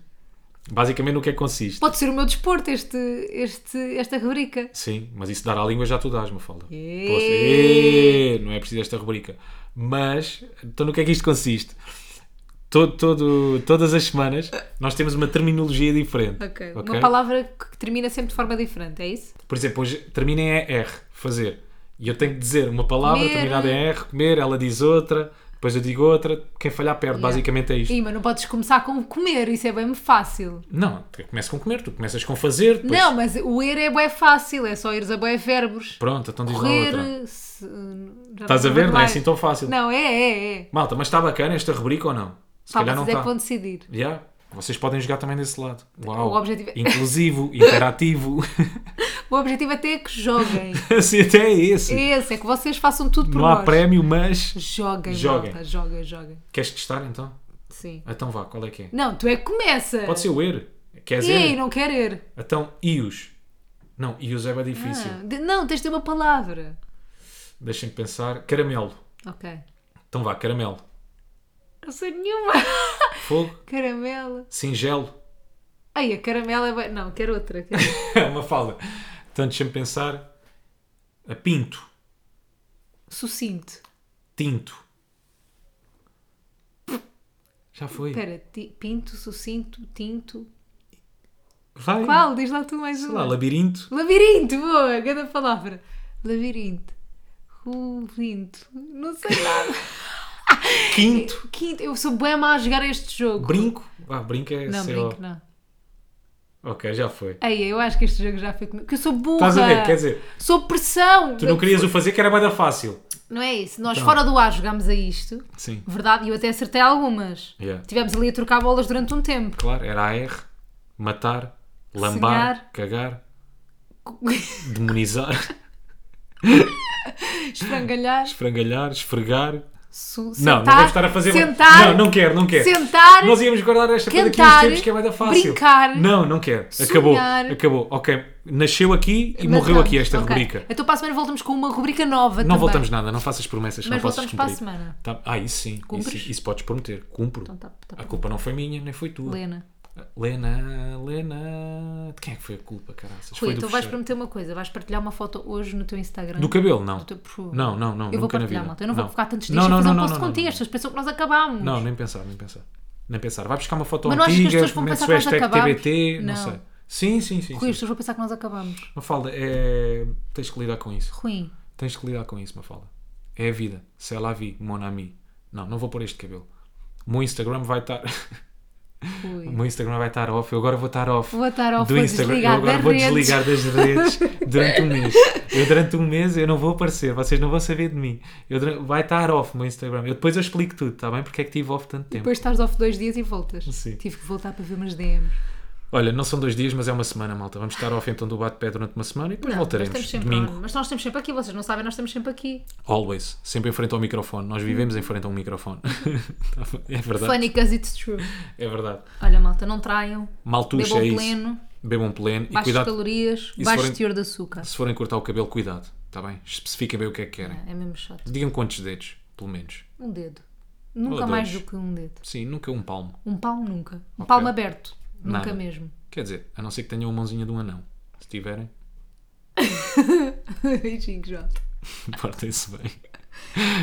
[SPEAKER 2] Basicamente, no que é que consiste?
[SPEAKER 1] Pode ser o meu desporto este, este, esta rubrica.
[SPEAKER 2] Sim, mas isso dar à língua já tu dás, me fala.
[SPEAKER 1] Ê.
[SPEAKER 2] Não é preciso esta rubrica. Mas, então no que é que isto consiste? Todo, todo- todas as semanas nós temos uma terminologia diferente.
[SPEAKER 1] Ok.
[SPEAKER 2] ok?
[SPEAKER 1] Uma palavra que termina sempre de forma diferente, é isso?
[SPEAKER 2] Por exemplo, hoje termina em ER, fazer. E eu tenho que dizer uma palavra
[SPEAKER 1] Comer. né?
[SPEAKER 2] terminada em ER, comer, ela diz outra, depois eu digo outra, quem falhar perde. Basicamente é isto.
[SPEAKER 1] Ih, mas não podes começar com comer, isso é bem fácil.
[SPEAKER 2] Não, eu começo com comer, tu começas com fazer, depois.
[SPEAKER 1] Não, mas o ir é bem fácil, é só ires a bem verbos.
[SPEAKER 2] Pronto, então diz lá outra.
[SPEAKER 1] Correr. se- já
[SPEAKER 2] Estás a
[SPEAKER 1] me
[SPEAKER 2] ver?
[SPEAKER 1] lembro
[SPEAKER 2] Não é
[SPEAKER 1] mais.
[SPEAKER 2] assim tão fácil.
[SPEAKER 1] Não, é, é, é.
[SPEAKER 2] Malta, mas está bacana esta rubrica ou não? Se
[SPEAKER 1] Pá,
[SPEAKER 2] calhar não tá.
[SPEAKER 1] vocês é
[SPEAKER 2] está.
[SPEAKER 1] que vão decidir.
[SPEAKER 2] Yeah. Vocês podem jogar também desse lado. Uau.
[SPEAKER 1] O objetivo é- [laughs]
[SPEAKER 2] Inclusivo, interativo. [laughs]
[SPEAKER 1] O objetivo até é que joguem.
[SPEAKER 2] assim, até é esse.
[SPEAKER 1] Esse, é que vocês façam tudo por
[SPEAKER 2] Não
[SPEAKER 1] nós.
[SPEAKER 2] há prémio, mas.
[SPEAKER 1] Joguem,
[SPEAKER 2] Joguem.
[SPEAKER 1] malta, joguem, joguem.
[SPEAKER 2] Queres testar então?
[SPEAKER 1] Sim.
[SPEAKER 2] Então vá, qual é que é?
[SPEAKER 1] Não, tu é que começa.
[SPEAKER 2] Pode ser o ER. Queres
[SPEAKER 1] Ei,
[SPEAKER 2] ER?
[SPEAKER 1] não quero ir.
[SPEAKER 2] Então, IUS. Não, IUS é bem difícil.
[SPEAKER 1] Ah, de- não, tens de ter uma palavra.
[SPEAKER 2] Deixem-me pensar. Caramelo.
[SPEAKER 1] Ok.
[SPEAKER 2] Então vá, caramelo.
[SPEAKER 1] Não sei nenhuma. [laughs]
[SPEAKER 2] Fogo.
[SPEAKER 1] Caramela.
[SPEAKER 2] Singelo. [laughs]
[SPEAKER 1] Ai, a caramela é. bué- Não, quero outra. quero-
[SPEAKER 2] É uma fala. Então deixem-me pensar. A pinto.
[SPEAKER 1] Sucinto.
[SPEAKER 2] Tinto. Já foi.
[SPEAKER 1] Espera, ti- pinto, sucinto, tinto.
[SPEAKER 2] Vai.
[SPEAKER 1] Qual? Diz lá tu mais
[SPEAKER 2] Sei
[SPEAKER 1] uma.
[SPEAKER 2] lá, labirinto.
[SPEAKER 1] Labirinto, boa, grande palavra. Labirinto. Ruvinto. Não sei nada.
[SPEAKER 2] Quinto.
[SPEAKER 1] Quinto, eu sou bem má a jogar este jogo.
[SPEAKER 2] Brinco. Ah, brinco é
[SPEAKER 1] Não,
[SPEAKER 2] sei lá.
[SPEAKER 1] brinco, não.
[SPEAKER 2] Ok, já foi.
[SPEAKER 1] Ei, eu acho que este jogo já foi comigo. Que eu sou burra.
[SPEAKER 2] Estás a ver? Quer dizer,
[SPEAKER 1] Sou pressão.
[SPEAKER 2] tu não querias o fazer que era bada fácil.
[SPEAKER 1] Não é isso. Nós
[SPEAKER 2] Então.
[SPEAKER 1] fora do ar jogámos a isto.
[SPEAKER 2] Sim.
[SPEAKER 1] Verdade, e eu até acertei algumas.
[SPEAKER 2] Yeah.
[SPEAKER 1] Tivemos ali a trocar bolas durante um tempo. [laughs]
[SPEAKER 2] Claro, era AR, matar, lambar,
[SPEAKER 1] Senhar.
[SPEAKER 2] cagar, demonizar,
[SPEAKER 1] Estrangalhar,
[SPEAKER 2] esfrangalhar, esfregar.
[SPEAKER 1] su-
[SPEAKER 2] não, não
[SPEAKER 1] sentar,
[SPEAKER 2] vamos estar a fazer.
[SPEAKER 1] sentar,
[SPEAKER 2] Não, não quero, não quero.
[SPEAKER 1] sentar,
[SPEAKER 2] Nós íamos guardar esta coisa aqui uns
[SPEAKER 1] cantar,
[SPEAKER 2] tempos que é bada fácil.
[SPEAKER 1] brincar,
[SPEAKER 2] Não, não quero. Acabou.
[SPEAKER 1] sonhar.
[SPEAKER 2] Acabou. Ok. Nasceu aqui e
[SPEAKER 1] Mas
[SPEAKER 2] morreu
[SPEAKER 1] vamos,
[SPEAKER 2] aqui esta
[SPEAKER 1] ok.
[SPEAKER 2] rubrica.
[SPEAKER 1] Então para a semana voltamos com uma rubrica nova
[SPEAKER 2] Não
[SPEAKER 1] também.
[SPEAKER 2] voltamos nada, não faças promessas,
[SPEAKER 1] Mas
[SPEAKER 2] não possas
[SPEAKER 1] voltamos para a
[SPEAKER 2] cumprir.
[SPEAKER 1] semana.
[SPEAKER 2] Tá- Ah, isso sim, isso,
[SPEAKER 1] Cumpres?
[SPEAKER 2] sim, isso podes prometer. Cumpro.
[SPEAKER 1] Então tá- tá
[SPEAKER 2] a culpa não foi minha, nem foi tua.
[SPEAKER 1] Lena,
[SPEAKER 2] Lena, Lena. De quem é que foi a culpa, caraças?
[SPEAKER 1] Rui,
[SPEAKER 2] foi
[SPEAKER 1] então vais
[SPEAKER 2] fecheiro.
[SPEAKER 1] prometer uma coisa, vais partilhar uma foto hoje no teu Instagram.
[SPEAKER 2] Do cabelo, não.
[SPEAKER 1] Do teu perfil.
[SPEAKER 2] Não, não, não.
[SPEAKER 1] Eu vou
[SPEAKER 2] nunca na
[SPEAKER 1] partilhar,
[SPEAKER 2] vida.
[SPEAKER 1] malta. Eu não, vou ficar tantos dias
[SPEAKER 2] Não,
[SPEAKER 1] sem
[SPEAKER 2] não,
[SPEAKER 1] fazer
[SPEAKER 2] não,
[SPEAKER 1] um
[SPEAKER 2] não,
[SPEAKER 1] post
[SPEAKER 2] não, não,
[SPEAKER 1] contigo. As pessoas pensam que nós acabámos.
[SPEAKER 2] Não, nem pensar, nem pensar. Nem pensar. Vai buscar uma foto
[SPEAKER 1] Mas não achas que as
[SPEAKER 2] antiga,
[SPEAKER 1] pessoas vão
[SPEAKER 2] metes
[SPEAKER 1] pensar
[SPEAKER 2] o
[SPEAKER 1] que nós
[SPEAKER 2] hashtag
[SPEAKER 1] acabámos?
[SPEAKER 2] TBT, não,
[SPEAKER 1] Não.
[SPEAKER 2] sei. Sim, sim,
[SPEAKER 1] Rui,
[SPEAKER 2] sim.
[SPEAKER 1] as
[SPEAKER 2] sim.
[SPEAKER 1] pessoas vão pensar que nós acabámos.
[SPEAKER 2] Mafalda, é... tens que lidar com isso.
[SPEAKER 1] Rui,
[SPEAKER 2] Tens que lidar com isso, Mafalda. É a vida. Se ela a vi, mon ami. Não, não vou pôr este cabelo. O meu Instagram vai estar. [laughs] O
[SPEAKER 1] Rui.
[SPEAKER 2] meu Instagram vai estar off. Eu agora vou estar off.
[SPEAKER 1] Vou estar off,
[SPEAKER 2] do
[SPEAKER 1] vou
[SPEAKER 2] Instagram. Eu
[SPEAKER 1] desligar
[SPEAKER 2] agora
[SPEAKER 1] das
[SPEAKER 2] vou
[SPEAKER 1] redes.
[SPEAKER 2] desligar
[SPEAKER 1] [laughs]
[SPEAKER 2] das redes durante um mês. Eu durante um mês eu não vou aparecer, vocês não vão saber de mim. Eu dura- vai estar off o meu Instagram. Eu depois eu explico tudo, está bem? Porque é que tive off tanto tempo.
[SPEAKER 1] Depois estás off dois dias e voltas.
[SPEAKER 2] Sim.
[SPEAKER 1] Tive que voltar para ver umas DMs.
[SPEAKER 2] Olha, não são dois dias, mas é uma semana, malta. Vamos estar off então do bate-pé durante uma semana e depois
[SPEAKER 1] Não, nós
[SPEAKER 2] voltaremos.
[SPEAKER 1] estamos sempre
[SPEAKER 2] Domingo.
[SPEAKER 1] on. Mas nós estamos sempre aqui, vocês não sabem, nós estamos sempre aqui.
[SPEAKER 2] Always. Sempre em frente ao microfone. Nós vivemos em frente a um microfone. [laughs] Tá bom? é verdade.
[SPEAKER 1] Funny because it's true.
[SPEAKER 2] É verdade.
[SPEAKER 1] Olha, malta, não traiam.
[SPEAKER 2] Maltuxa
[SPEAKER 1] Bebam
[SPEAKER 2] é isso.
[SPEAKER 1] pleno,
[SPEAKER 2] Bebam pleno. E
[SPEAKER 1] baixas
[SPEAKER 2] cuidado.
[SPEAKER 1] calorias,
[SPEAKER 2] se
[SPEAKER 1] baixo
[SPEAKER 2] forem-
[SPEAKER 1] teor de açúcar.
[SPEAKER 2] Se forem cortar o cabelo, cuidado. Está bem? Especifiquem bem o que é que querem.
[SPEAKER 1] É mesmo chato.
[SPEAKER 2] Digam quantos dedos, pelo menos.
[SPEAKER 1] Um dedo. Nunca
[SPEAKER 2] Ou
[SPEAKER 1] mais
[SPEAKER 2] dois.
[SPEAKER 1] do que um dedo.
[SPEAKER 2] Sim, nunca um palmo.
[SPEAKER 1] Um palmo nunca. Um palmo aberto. Nunca
[SPEAKER 2] Nada.
[SPEAKER 1] mesmo.
[SPEAKER 2] Quer dizer, a não ser que tenham a mãozinha de um anão. Se tiverem, [laughs]
[SPEAKER 1] Beijinho, João.
[SPEAKER 2] portem-se
[SPEAKER 1] [laughs]
[SPEAKER 2] bem.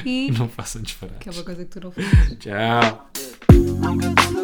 [SPEAKER 1] E
[SPEAKER 2] Não façam [laughs]
[SPEAKER 1] que é
[SPEAKER 2] disparates.
[SPEAKER 1] uma coisa que tu não fazes.
[SPEAKER 2] Tchau.
[SPEAKER 3] Nunca dando